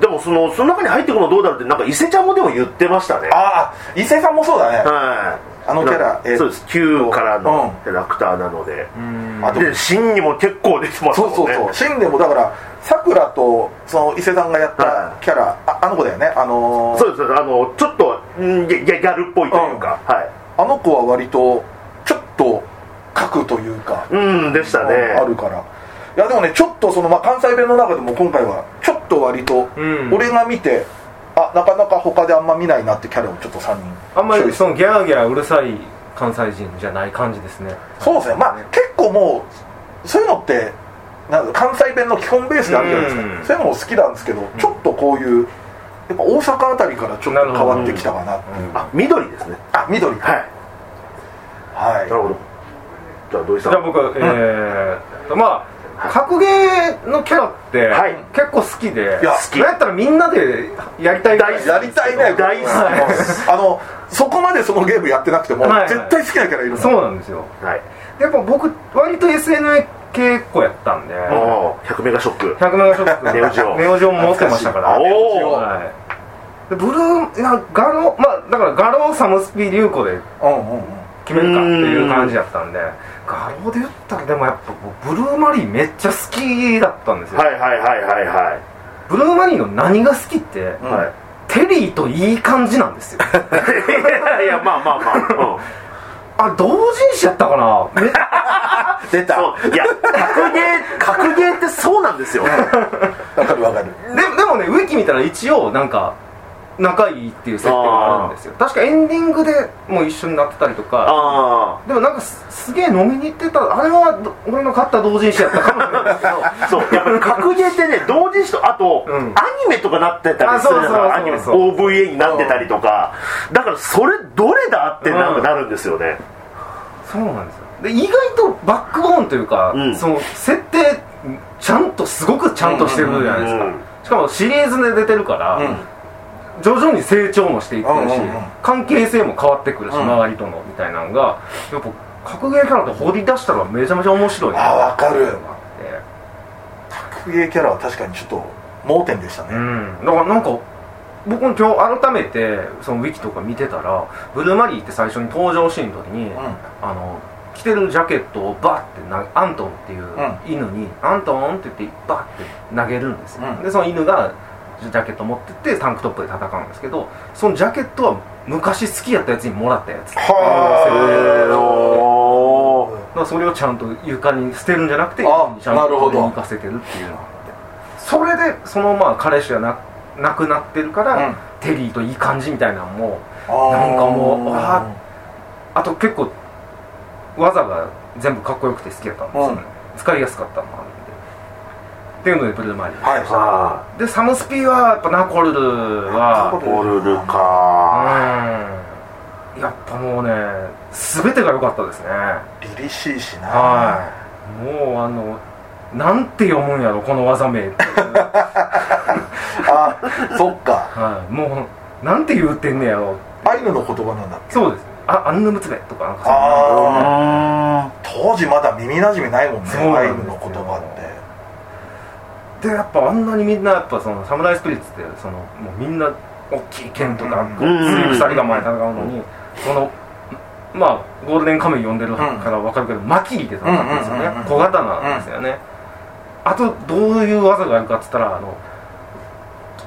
でもそのその中に入ってくるのどうだろうってなんか伊勢ちゃんもでも言ってましたねああ伊勢さんもそうだねはいあのキャラなんかえーそうです9からうんのキャラクターなので、うんあとで真にも結構出てますそもんうねそうそう新でもだからさくらとその伊勢さんがやっはたいキャラああの子だよねあのーそうですそうですあのちょっとんギャギャギャルっぽいというか、はいあの子は割とちょっと核というかうんでしたねあるからいやでもねちょっとその、まあ、関西弁の中でも今回はちょっと割とうん俺が見て、あなかなか他であんま見ないなってキャラをちょっと3人あんまチョりイスそそのギャーギャーうるさい関西人じゃない感じですねうですねまあ結構もうそういうのってなんだろう関西弁の基本ベースであるじゃないですか、うんそういうのも好きなんですけどちょっとこういうやっぱ大阪あたりからちょっと変わってきたかなっていううんあ緑ですねあ緑はい、はいなるほどじゃあ土井さんじゃあ僕、えー、まあ格ゲーのキャラって、はい結構好きでいや好きなんやったらみんなでやりたいぐらいやりたいね大好ききあのそこまでそのゲームやってなくても、はい絶対好きなキャラいるもんそうなんですよはいでやっぱ僕割と SNA 結構やったんでおー100メガショック100メガショックネオジオネオジオも持ってましたから懐かしいおーはいでブルーなガロまあだからガローサムスピ流行でうんうんうん決めるかっていう感じだったんで画廊で言ったらでもやっぱ僕ブルーマリーめっちゃ好きだったんですよ、はいはいはいはいはブルーマリーの何が好きって、うんいはテリーといい感じなんですよ いいやまあまあまあ、うんあ同人誌やったかなめ 出たわそういや格ゲー格ゲーってそうなんですよかるわかるででもねウィキ見たら一応なんか仲いいっていう設定があるんですよ確かエンディングでもう一緒になってたりとかあでもなんかすすげえ飲みに行ってたあれはど俺の買った同人誌やったかもしれないですけど あそうやっぱり格ゲーっ てね同人誌とあと、うんアニメとかなってたりするじあそうそうゃないそうそうアニメ OVA になってたりとかだからそれどれだってなんかなるんですよね、そうなんですよで意外とバックボーンというか、うんその設定ちゃんとすごくちゃんとしてるじゃないですか、うんうんしかもシリーズで出てるから、う徐々に成長もしていってるし、うんうんうん関係性も変わってくるし、うん周りとのみたいなのがやっぱ格ゲーキャラって掘り出したらめちゃめちゃ面白いなあわかるっていうのがあっんゲーキャラは確かにちょっと盲点でしたてね、うんだからなんか僕も今日改めてそのウィキとか見てたらブルーマリーって最初に登場シーンの時に、うんあの着てるジャケットをバッてなアントンっていう犬に「アントン!」って言ってバッて投げるんですよ、うんでその犬がジャケット持ってってタンクトップで戦うんですけどそのジャケットは昔好きやったやつにもらったやつはへーおーだからそれをちゃんと床に捨てるんじゃなくてあちゃんとなるほど行かせてるっていうのがあってそれでそのまあ彼氏がな亡くなってるから、うんテリーといい感じみたいなのもあーなんかもうわあと結構技が全部かっこよくて好きだったんですよね、使いやすかったのもあるんでっていうのでブルーマリー、はいあでサムスピーはやっぱナコルナコルはルーボルルかうんやっぱもうね全てが良かったですね凛々しいしなはいもうあのなんて読むんやろこの技名ってあそっかはいもうなんて言うてんねやろアイヌの言葉なんだそうですあアンヌムツベとかなんかああー当時まだ耳なじみないもんねそうなんアですイヌよの言葉ってでやっぱあんなにみんなやっぱその侍スピリッツってそのもうみんな大きい剣とかうんごっつい鎖構え戦うのにそのまあゴールデンカムイ呼んでるから分かるけどマキリで戦うんですようんうんうんうねん小刀なんですよねあとどういう技があるかっつったらあの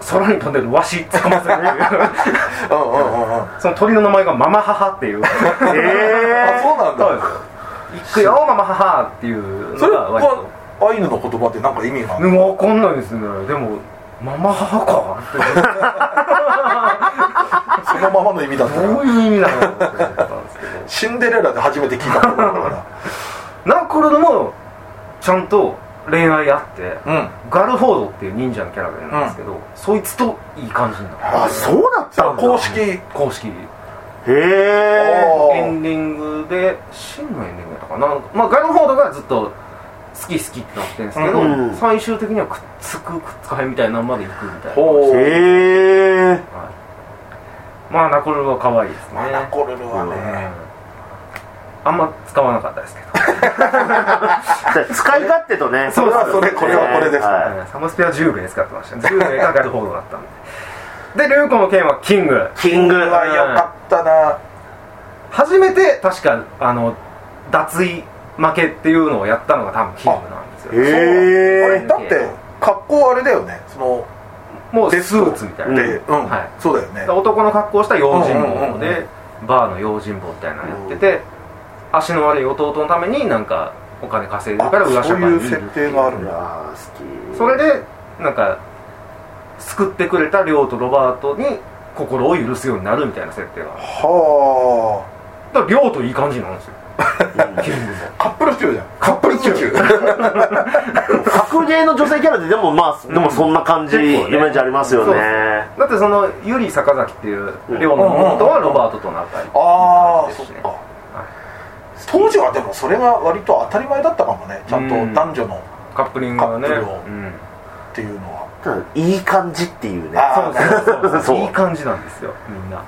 空に飛んでるワシ捕ませるうんうんうんうんあその鳥の名前がママハハって いうええそうなんそうだです行くよママハハっていうそのれが割とはアイヌの言葉ってなんか意味があるでも分かんないですねでもママハハかってそのままの意味だったどらういう意味なのって思ったんですけどシンデレラで初めて聞いた言葉だナコルドもちゃんと恋愛あってからうんガルフォードっていう忍者のキャラがいるんですけど、そいつといい感じになったあそうだったんだ公式へ公式へえおーエンディングで真のエンディングやったかな、まあ、ガルフォードがずっと好き好きってなってるんですけど、うん最終的にはくっつくくっつかへんみたいなのまで行くみたいな、ほうへえはい、まあナコルドは可愛いですねナコルルはねあんま使わなかったですけど使い勝手とねそれはそれこれはこれですはサムスペは10名使ってましたね10名がガルフォードだったんででルーコの剣はキングいキングうわよかったな初めて確かあの脱衣負けっていうのをやったのが多分キングなんですよへーあれだって格好あれだよねそのもうデススクーツみたいな、でうんはいそうだよね男の格好をした用心うんうんう棒んうでバーの用心棒みたいなのやってて足の悪い弟のためになんかお金稼いでるからあ裏社そう会にいういる設定があるんいやだー好きそれでなんか救ってくれた亮とロバートに心を許すようになるみたいな設定がはだから量といい感じなんですよカップル中じゃんカップル中格ゲーの女性キャラででもまあでもそんな感じ、結構イねメージありますよそうねだってそのユリ坂崎っていう量の元はロバートとなったりああそっですねか当時はでもそれが割と当たり前だったかもねちゃんとうん男女のカップリングがねカップルをうんっていうのはうんいい感じっていうねあそうそうそうそういい感じなんですよみんな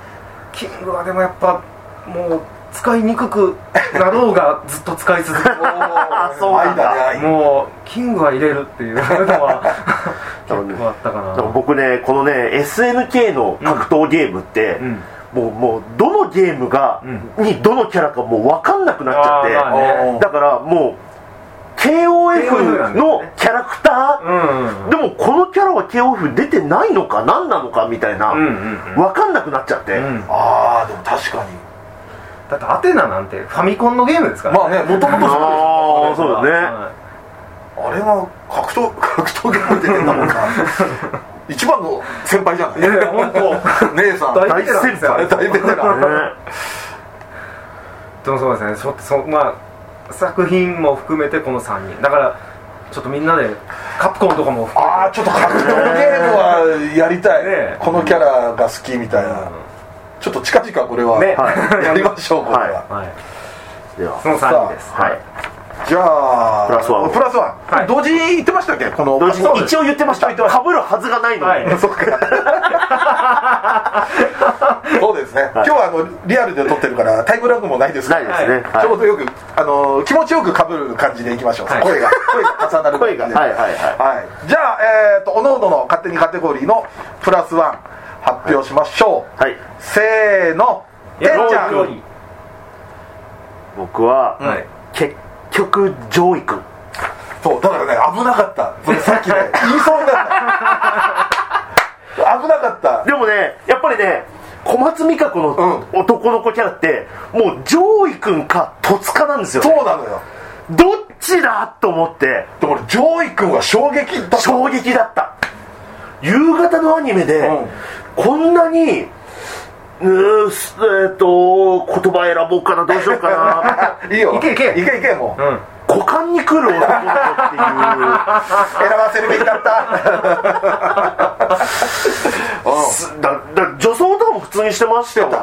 キングはでもやっぱもう使いにくくなろうがずっと使い続ける あそうなんだ愛だねもうキングは入れるって いうのは結構あったかだからな僕ねこのね SNK の格闘ゲームって、うんもうもうどのゲームが、にどのキャラかもう分かんなくなっちゃって、あーまあねだからもう KOF のキャラクター、うんでもこのキャラは KOF 出てないのか何なのかみたいな、うんうん分かんなくなっちゃって、うんうんああでも確かにだってアテナなんてファミコンのゲームですからまあねもともとああそうだねはいあれが格闘格闘ゲームで出たもんな一番の先輩じゃないいやいや本当 姉さん大大先輩大ベテランねでもそうですねちょっとそまあ作品も含めてこの3人だからちょっとみんなでカプコンとかも含ああちょっと格闘ゲームはやりたい、ねこのキャラが好きみたいめてな、ちょっと近々これは、ねはやりましょうこれは、はうんはいではその3人ですはいじゃあプラスワンプラスワンはい同時に言ってましたっけこの同時そうにです 一応言ってました被るはずがないのに、はいそうかそうですね、今日はあのリアルで撮ってるからタイムラグもないですかないらですね、ちょうはどよく、あのー気持ちよくかぶる感じでいきましょう、はい声が声が重なる声が感じではいはいははいじゃあ、えー、とおののの勝手にカテゴリーのプラスワン発表しましょう、い、はい、せーのてんちゃんローリ僕は、ーはい結局上位君そうだからね危なかったそれさっきね言いそうになった危なかったでもねやっぱりね小松美香子の男の子キャラって、もう上位君か戸塚なんですよ、そうなのよどっちだと思ってでも俺上位君は衝撃だった衝撃だった夕方のアニメで、うんこんなにうーすえっ、と言葉選ぼうかなどうしようか ないいよいけいけいけいけもう、うん股間に来る男の子っていう選ばせるべきだったうんすだだ女装とかも普通にしてましたよね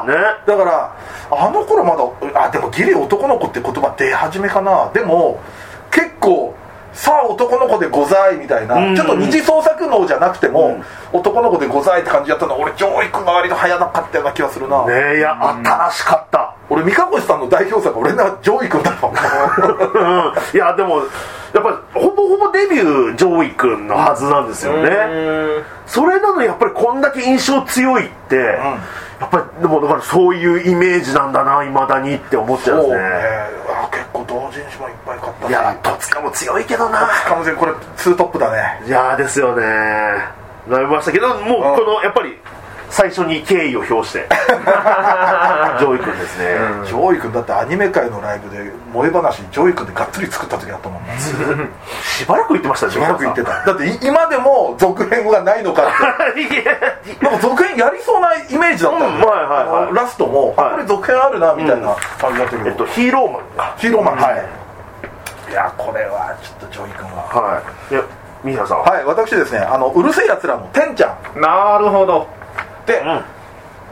だからあの頃まだあでもギリ男の子って言葉出始めかなでも結構さあ男の子でございみたいな、うんちょっと二次創作能じゃなくても、うん男の子でございって感じやったの俺上位君が割と早かったような気がするな、ねいや新しかった、俺三河越さんの代表作俺な上位君だ もんうんいやでもやっぱりほぼほぼデビュー上位君のはずなんですようねんそれなのにやっぱりこんだけ印象強いって、やっぱりでもだからそういうイメージなんだないまだにって思っちゃうんそうでねすねあ結構同人誌もいっぱい買ったしいや戸塚も強いけどな完全にこれツートップだねいやですよねなりましたけどもううんこのやっぱり最初に敬意を 表して上位君ですね、上位君だってアニメ界のライブで萌え話上位君でがっつり作った時だったもんなしばらく言ってましたねしばらく言ってただってい今でも続編がないのかっいてなんか続編やりそうなイメージだったよねうんはいはいはいあのラストも、はあいこれ続編あるなみたいな感じだったけ ど、やえっとヒーローマンかヒーローマンですね、はいい、やこれはちょっと上位君ははい。いや、ミサさん。い。はい私ですねあのうるせえやつらのてんちゃんなるほどで、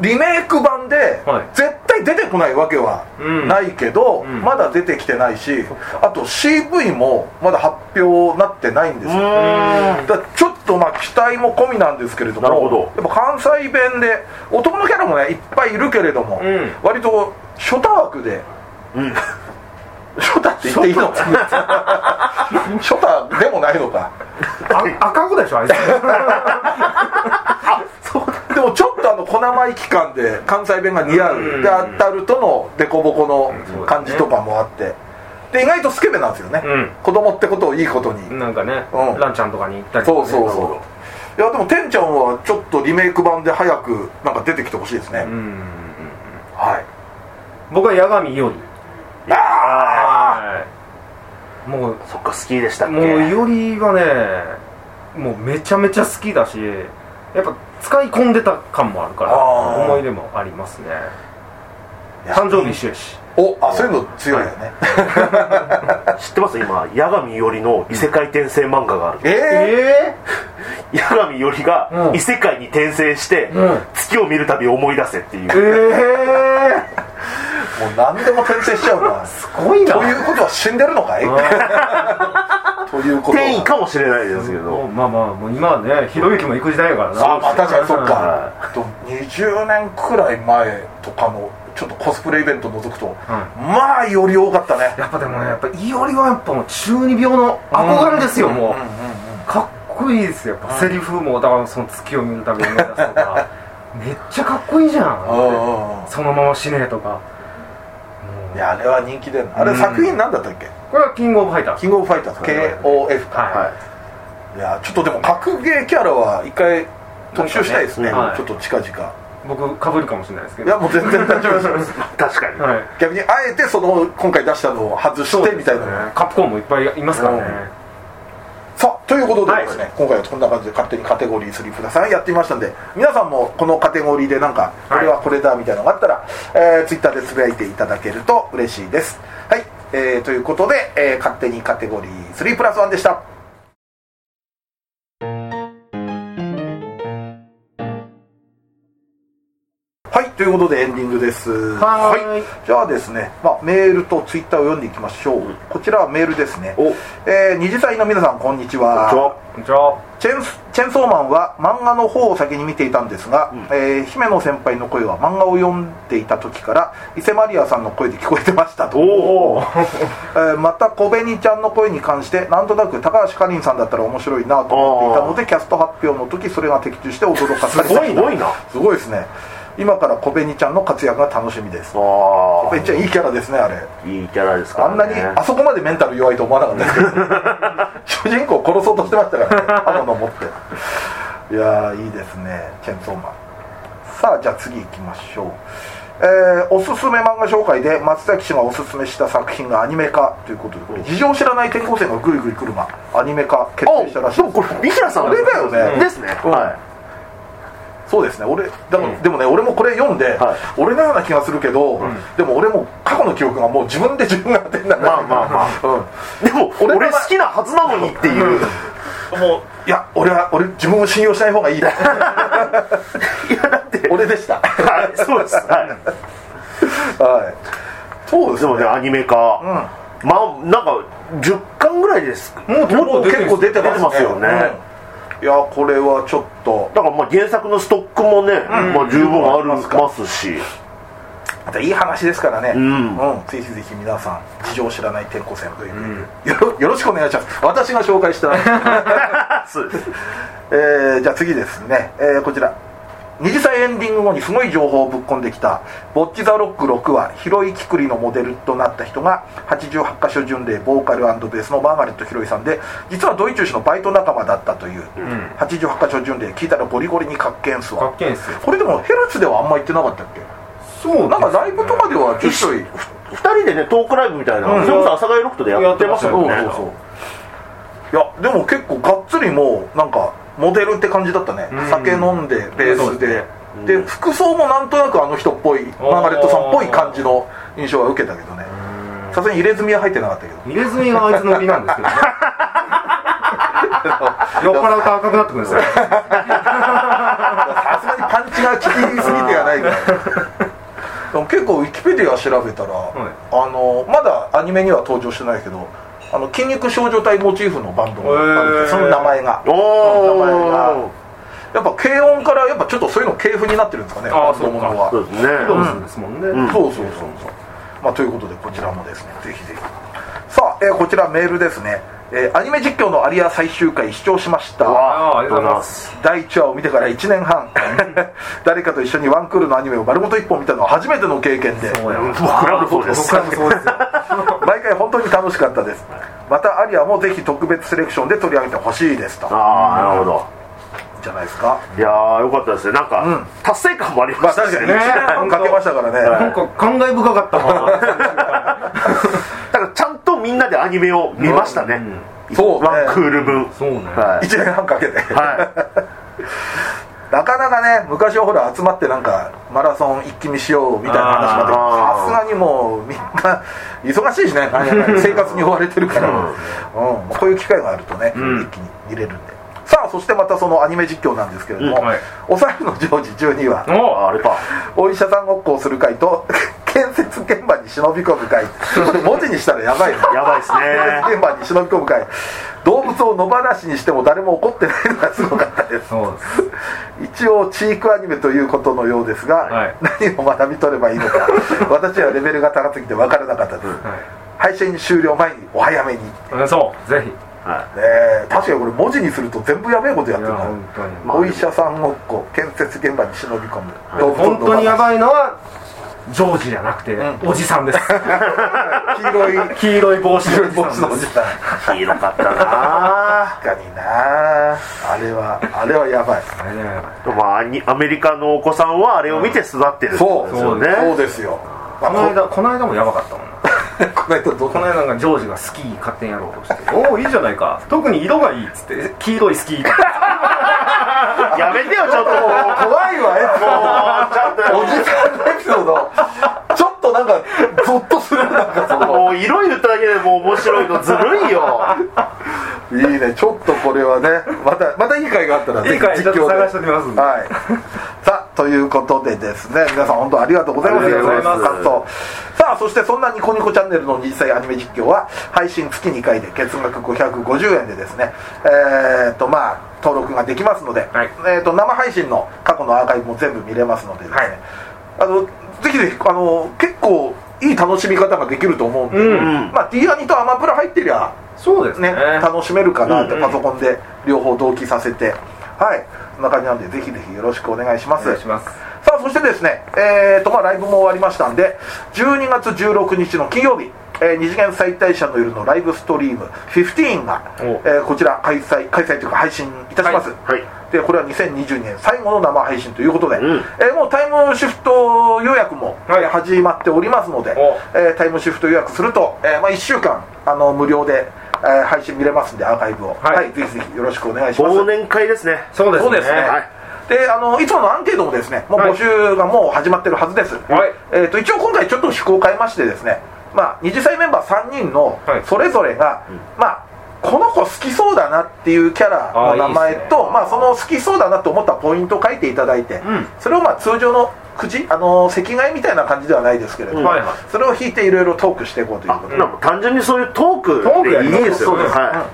リメイク版ではい絶対出てこないわけはないけど、うんまだ出てきてないし、あと CV もまだ発表なってないんですようだからちょっとまあ期待も込みなんですけれどもなるほどやっぱ関西弁で男のキャラもねいっぱいいるけれども、うん割と初多枠でーん。うん。 初多って言っていいのか初多でもないのか あ赤子でしょあいつでもちょっとあの小生意気感で関西弁が似合う、うんで当たるとの凸凹うんの感じとかもあって、で意外とスケベなんですよね、うん子供ってことをいいことに、なんかねうんランちゃんとかに行ったりとそうかそねうそういやでもてんちゃんはちょっとリメイク版で早くなんか出てきてほしいですね、うんはい僕は八神よりあはいもうそっか、好きでしたっけもうよりはねもうめちゃめちゃ好きだしやっぱ使い込んでた感もあるかあーら思い出もありますね誕生日一緒やしおあそういうの強いよね知ってます今八神よりの異世界転生漫画があるえええ八神よりがうん異世界に転生してうん月を見るたび思い出せっていえうえもう何でも転生しちゃうなすごいなということは死んでるのかいということは転移かもしれないですけどまあまあもう今はねひろゆきも行く時代やからなあまあ確かにそっかあと20年くらい前とかのちょっとコスプレイベント覗くと、まあより多かったねやっぱでもねやっぱいおりはやっぱもう中二病の憧れですよ、もう、うんうんうんかっこいいですよやっぱセリフもだからその月を見るたびに思い出すとかめっちゃかっこいいじゃうんんうんそのまま死ねえとかいやあれは人気だよねあれ作品なんだったっけ、これはキングオブファイターキングオブファイターズ KOF か、、はいやちょっとでも格ゲーキャラは一回特集したいですねなんかねはいちょっと近々い僕かぶるかもしれないですけいどやはもう全然大丈夫 です確かにい逆にあえてその今回出したのを外そしうでてすみたいな、ねカプコンもいっぱいいますからね、さあということでですね、はい今回はこんな感じで勝手にカテゴリー3くださいやってみましたんで皆さんもこのカテゴリーでなんかこはいれはこれだみたいなのがあったら、えー、ツイッターでつぶやいていただけると嬉しいですはい、えー、ということで、えー勝手にカテゴリー3プラス1でしたはいということでエンディングですはーいじゃあですね、まあ、メールとツイッターを読んでいきましょうこちらはメールですねおえー、二次祭の皆さんこんにちはちょじゃあチェンスチェンソーマンは漫画の方を先に見ていたんですが、えー姫野先輩の声は漫画を読んでいた時から伊勢マリアさんの声で聞こえてましたと、おおえーまた小紅ちゃんの声に関してなんとなく高橋かりんさんだったら面白いなと思っていたのでキャスト発表の時それが的中して驚かされたすごいなすごいですね今から小紅ちゃんの活躍が楽しみです小あ紅ちゃんいいキャラですねあれあいいキャラですかあらんねなにあそこまでメンタル弱いと思わなかった ですけど主人公を殺そうとしてましたからね刃物持っていやーいいですねチェンソーマンさあじゃあ次行きましょうえーおすすめ漫画紹介で松崎氏がおすすめした作品がアニメ化ということでこれ事情を知らない転校生がグイグイ来るがアニメ化決定したらしいあでもこれ三平さんこれだよねですねはそうですね俺だから、うんでもね俺もこれ読んで、はい俺のような気がするけど、んでも俺も過去の記憶がもう自分で自分が当てになるまあまあまあ、うんいでも俺俺の好きなはずなのにって いうもういや俺は俺自分を信用しない方がいいいやだっ て俺でしたはいそうですはいはいそうですでよもねねアニメ化、まあなんか10巻ぐらいですもう結構もっと出てる結構出てま出すてよね、うんいやこれはちょっとだからまあ原作のストックもね、まあ、十分ありますしまたいい話ですからねんうんぜひぜひ皆さん事情を知らない転校生のという、よろよろしくお願いします私が紹介したそうですえーじゃあ次ですね、えーこちら二次祭エンディング後にすごい情報をぶっ込んできた「ボッチ・ザ・ロック6」は広井きくりのモデルとなった人が88箇所巡礼ボーカルベースのマーガレット広井さんで実はドイツ州のバイト仲間だったという、88箇所巡礼聞いたらゴリゴリにかっけんすかわっけえんすよこれでもヘルツではあんま言ってなかったっそうですけねなんかライブとかではちょいちょい2人でねトークライブみたいな、うんそれこそ阿佐ヶ谷ロフトでやってましたそもうんねそうそういやでも結構がっつりもうなんかモデルって感じだったね、うん酒飲んでベーそうスでですねで,、うん服装もなんとなくあの人っぽいマーガレットさんっぽい感じの印象は受けたけどねさすがに入れ墨は入ってなかったけど入れ墨があいつの売りなんですけどね酔っ払うと赤くなってくるんですよさすがにパンチが効きすぎてはないから でも結構ウィキペディア調べたら、いあのまだアニメには登場してないけどあの筋肉少女隊モチーフのバンドがあるんでへーその名前がお名前おがやっぱ軽音からやっぱちょっとそういうの系譜になってるんですかねあー子供のはそうですねロースですもんね、んそうそうそうそう、まあ、ということでこちらもですねぜひぜひさあ、えーこちらメールですね、えーアニメ実況のアリア最終回視聴しましうたわあーありがとうございます第1話を見てから1年半誰かと一緒にワンクールのアニメを丸ごと1本見たのは初めての経験でそうやわ僕らもそうです僕らもそうですよ毎回本当に楽しかったですまたアリアもぜひ特別セレクションで取り上げてほしいですとああなるほどじゃないですかいやーよかったですねなんか、うん達成感もありままあした確しかに1ね年半かけましたからね、なんか感慨深かったわだからちゃんとみんなでアニメを見ましたね、そうねワンクール分そうねはい1年半かけてはなかなかね昔はほら集まってなんかマラソン一気見しようみたいな話まであさーすがにもうみんな忙しいしねなんやかんや生活に追われてるから、うんこういう機会があるとね、うん一気に見れるんでさあそしてまたそのアニメ実況なんですけれども「うんはいおさるのジョージ12話」おああれかお医者さんごっこをする会と建設現場に忍び込む会これ文字にしたらやばいよやばいっすね現場に忍び込む会動物を野放しにしても誰も怒ってないのがすごかったですそうです一応チークアニメということのようですが、はい何を学び取ればいいの か私はレベルが高すぎて分からなかったです、は配信終了前にお早めに、ねいうんそうぜひはえ確かにこれ文字にすると全部やべえことやっいてやるな本当にまあお医者さんごっこ建設現場に忍び込む、動物本の野放し当にやばいのはジョージじゃなくてんおじさんです黄色い黄色い帽子黄色いの帽お子じさのんおでじすさんい黄色かったな確かになあれはあれはやばいあれねやばいでもアニアメリカのお子さんはあれを見て育ってるんですそうよねそうですよ、まこあの間この間もやばかったもんな ここの間どここの間なんかジョージがスキー勝手にやろうと して「おおいいじゃないか特に色がいい」っつって「黄色いスキー」やめてよちょっともうもう怖いわエピソちゃんードおじとさんのエピソードちょっとなんかゾッとするなんかそのもう色言っただけでもう面白いのずるいよいいねちょっとこれはねまたまたいい回があったら いい回ちょっと探しておきますんで はいさあということでですね皆さん本当ありがとうございますありがとうございます感想さあそしてそんなニコニコチャンネルの実際アニメ実況は配信月2回で月額550円でですねえっ、とまあ登録ができますので、はいえー、と生配信の過去のアーカイブも全部見れますのでですね、はいあのぜひぜひあの結構いい楽しみ方ができると思うんで、うんまあ、D アニとアマプラ入ってりゃそうですね、ね楽しめるかなって、うんパソコンで両方同期させてはいそんな感じなんでぜひぜひよろしくお願いしまおす願いしますさあそしてですねえーとまあライブも終わりましたんで12月16日の金曜日えー二次元再退社の夜のライブストリーム15が、おえーこちら開催開催というか配信いたします、はいでこれは2020年最後の生配信ということで、うんえーもうタイムシフト予約も、はいえー始まっておりますのでお、えータイムシフト予約すると、えーまあ、1週間あの無料で、えー配信見れますんでアーカイブを、ははいいぜひぜひよろしくお願いします忘年会ですねそうですねそうですね、はいであのいつものアンケートもですねもうはい募集がもう始まってるはずです、はいえー、と一応今回ちょっと趣向を変えましてですね、まあ、二次祭メンバー3人のはいそれぞれが、まあこの子好きそうだなっていうキャラの名前とあーいいっすねまあ、その好きそうだなと思ったポイントを書いていただいて、んそれをまあ通常のくじあの席替えみたいな感じではないですけれども、はいはいそれを引いていろいろトークしていこうというあことで、なんか単純にそういうトークトークやりましょでいいうですよねそうですは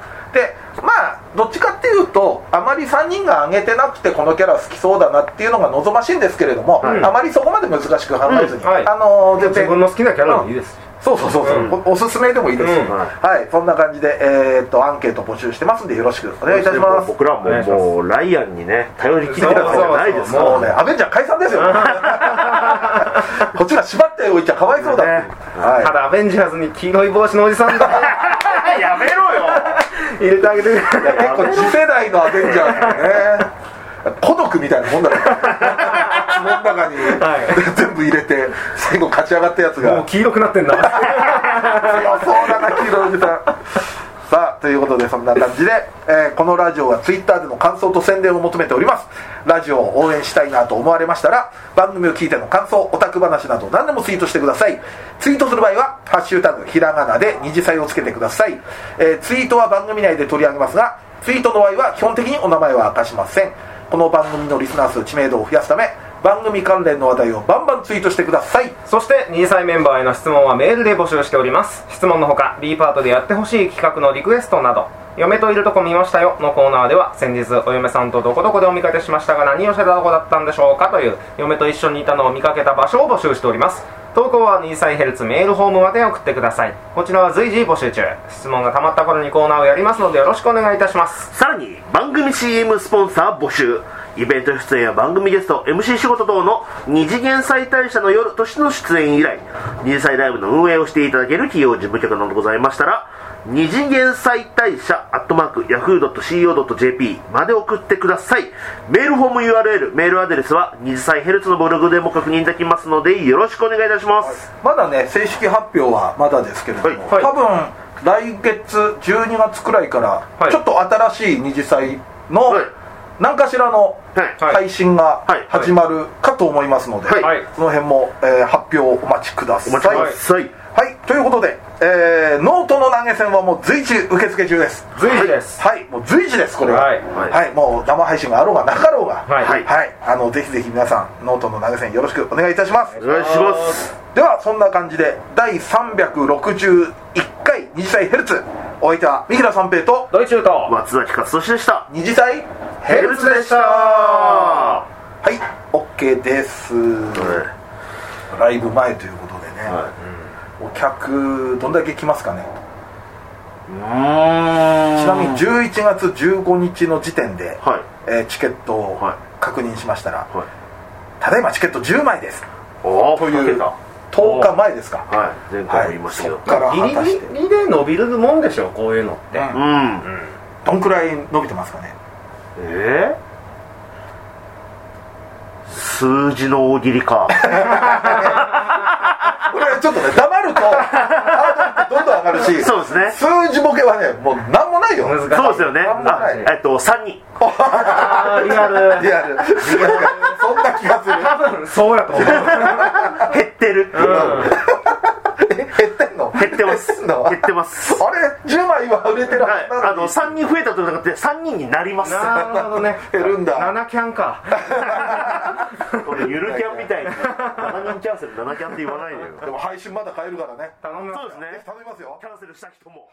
でまあどっちかっていうとあまり3人が挙げてなくてこのキャラ好きそうだなっていうのが望ましいんですけれども、うんあまりそこまで難しく考えずに、うんはいあの全自然分の好きなキャラもいいですしそうそうそうそう、うんおおすすめでもいいですし、うんは、はいそんな感じで、えーっとアンケート募集してますんでよろしくおい願いいたします僕らお願いしもますもうライアンにね頼りきりなことはないですかそうもね、そううアベンジャー解散ですよこっちが縛っておいちゃかわいそうだっていう、ねたはだアベンジャーズに黄色い帽子のおじさん だら やめろよけ入れてあげてください、いいや結構次世代のアベンジャーズだよね孤独みたいなもんだからその中に、は全部入れて最後勝ち上がったやつもうが黄色くなってんだ強そうだな黄色いおじさんさあということでそんな感じで、えーこのラジオは Twitter での感想と宣伝を求めておりますラジオを応援したいなと思われましたら番組を聞いての感想オタク話など何でもツイートしてくださいツイートする場合は「ハッシュタグひらがな」で二次祭をつけてください、えーツイートは番組内で取り上げますがツイートの場合は基本的にお名前は明かしませんこの番組のリスナー数知名度を増やすため番組関連の話題をバンバンツイートしてくださいそして2歳メンバーへの質問はメールで募集しております質問のほか B パートでやってほしい企画のリクエストなど嫁といるとこ見ましたよのコーナーでは先日お嫁さんとどこどこでお見かけしましたが何をしてたとこだったんでしょうかという嫁と一緒にいたのを見かけた場所を募集しております投稿は2歳ヘルツメールホームまで送ってくださいこちらは随時募集中質問がたまった頃にコーナーをやりますのでよろしくお願いいたしますさらに番組 CM スポンサー募集イベント出演や番組ゲスト MC 仕事等の二次元再大社の夜としての出演以来二次祭ライブの運営をしていただける企業事務局などございましたら二次元再大社アットマークヤフー .co.jp まで送ってくださいメールフォーム URL メールアドレスは二次祭ヘルツのブログでも確認できますのでよろしくお願いいたしますまだね正式発表はまだですけれども、はいはい多分来月12月くらいから、はいちょっと新しい二次祭の、はい何かしらのはいはい配信がはい始まるかと思いますので、はいはいその辺も、えー発表をお待ちくださおい待ちくださいはい、ということで、えーノートの投げ銭はもう随時受付中です随時ですはいもう随時ですこれははいはいもう生配信があろうがなかろうがはいはいあのぜひぜひ皆さんノートの投げ銭よろしくお願いいたしますお願いしますではそんな感じで第361回二次祭ヘルツお相手は三平三平とドイツと松崎勝利でした二次祭ヘルツでしたあはい OK です、ライブ前ということでね、お客どんだけ来ますかねうんちなみに11月15日の時点で、はいえーチケットをはい確認しましたら、はいただいまチケット10枚ですおおとはいいうた10日前ですか前回も言いましたけど、はいそっからギリ果たしてギリで伸びるもんでしょこういうのって、うんうんどんくらい伸びてますかねえー、数字の大喜 利かこれちょっとね黙るとハードルってどんどん上がるしそうですね数字ボケはねもうなんもないよ難しいそうですよねあんまあないえっと3人あーリアルリアルそんな気がする多分そうやと思う、減ってるっていう、減ってんの減ってますんのあ減れってます10枚は売れてるはずはい、なあののに3人増えたとなくて3人になりますなるほどね減るんだ7キャンかこれゆるキャンみたいに7人キャンセル7キャンって言わないのよでも配信まだ買えるからね頼むよそうですね頼みますよキャンセルした人も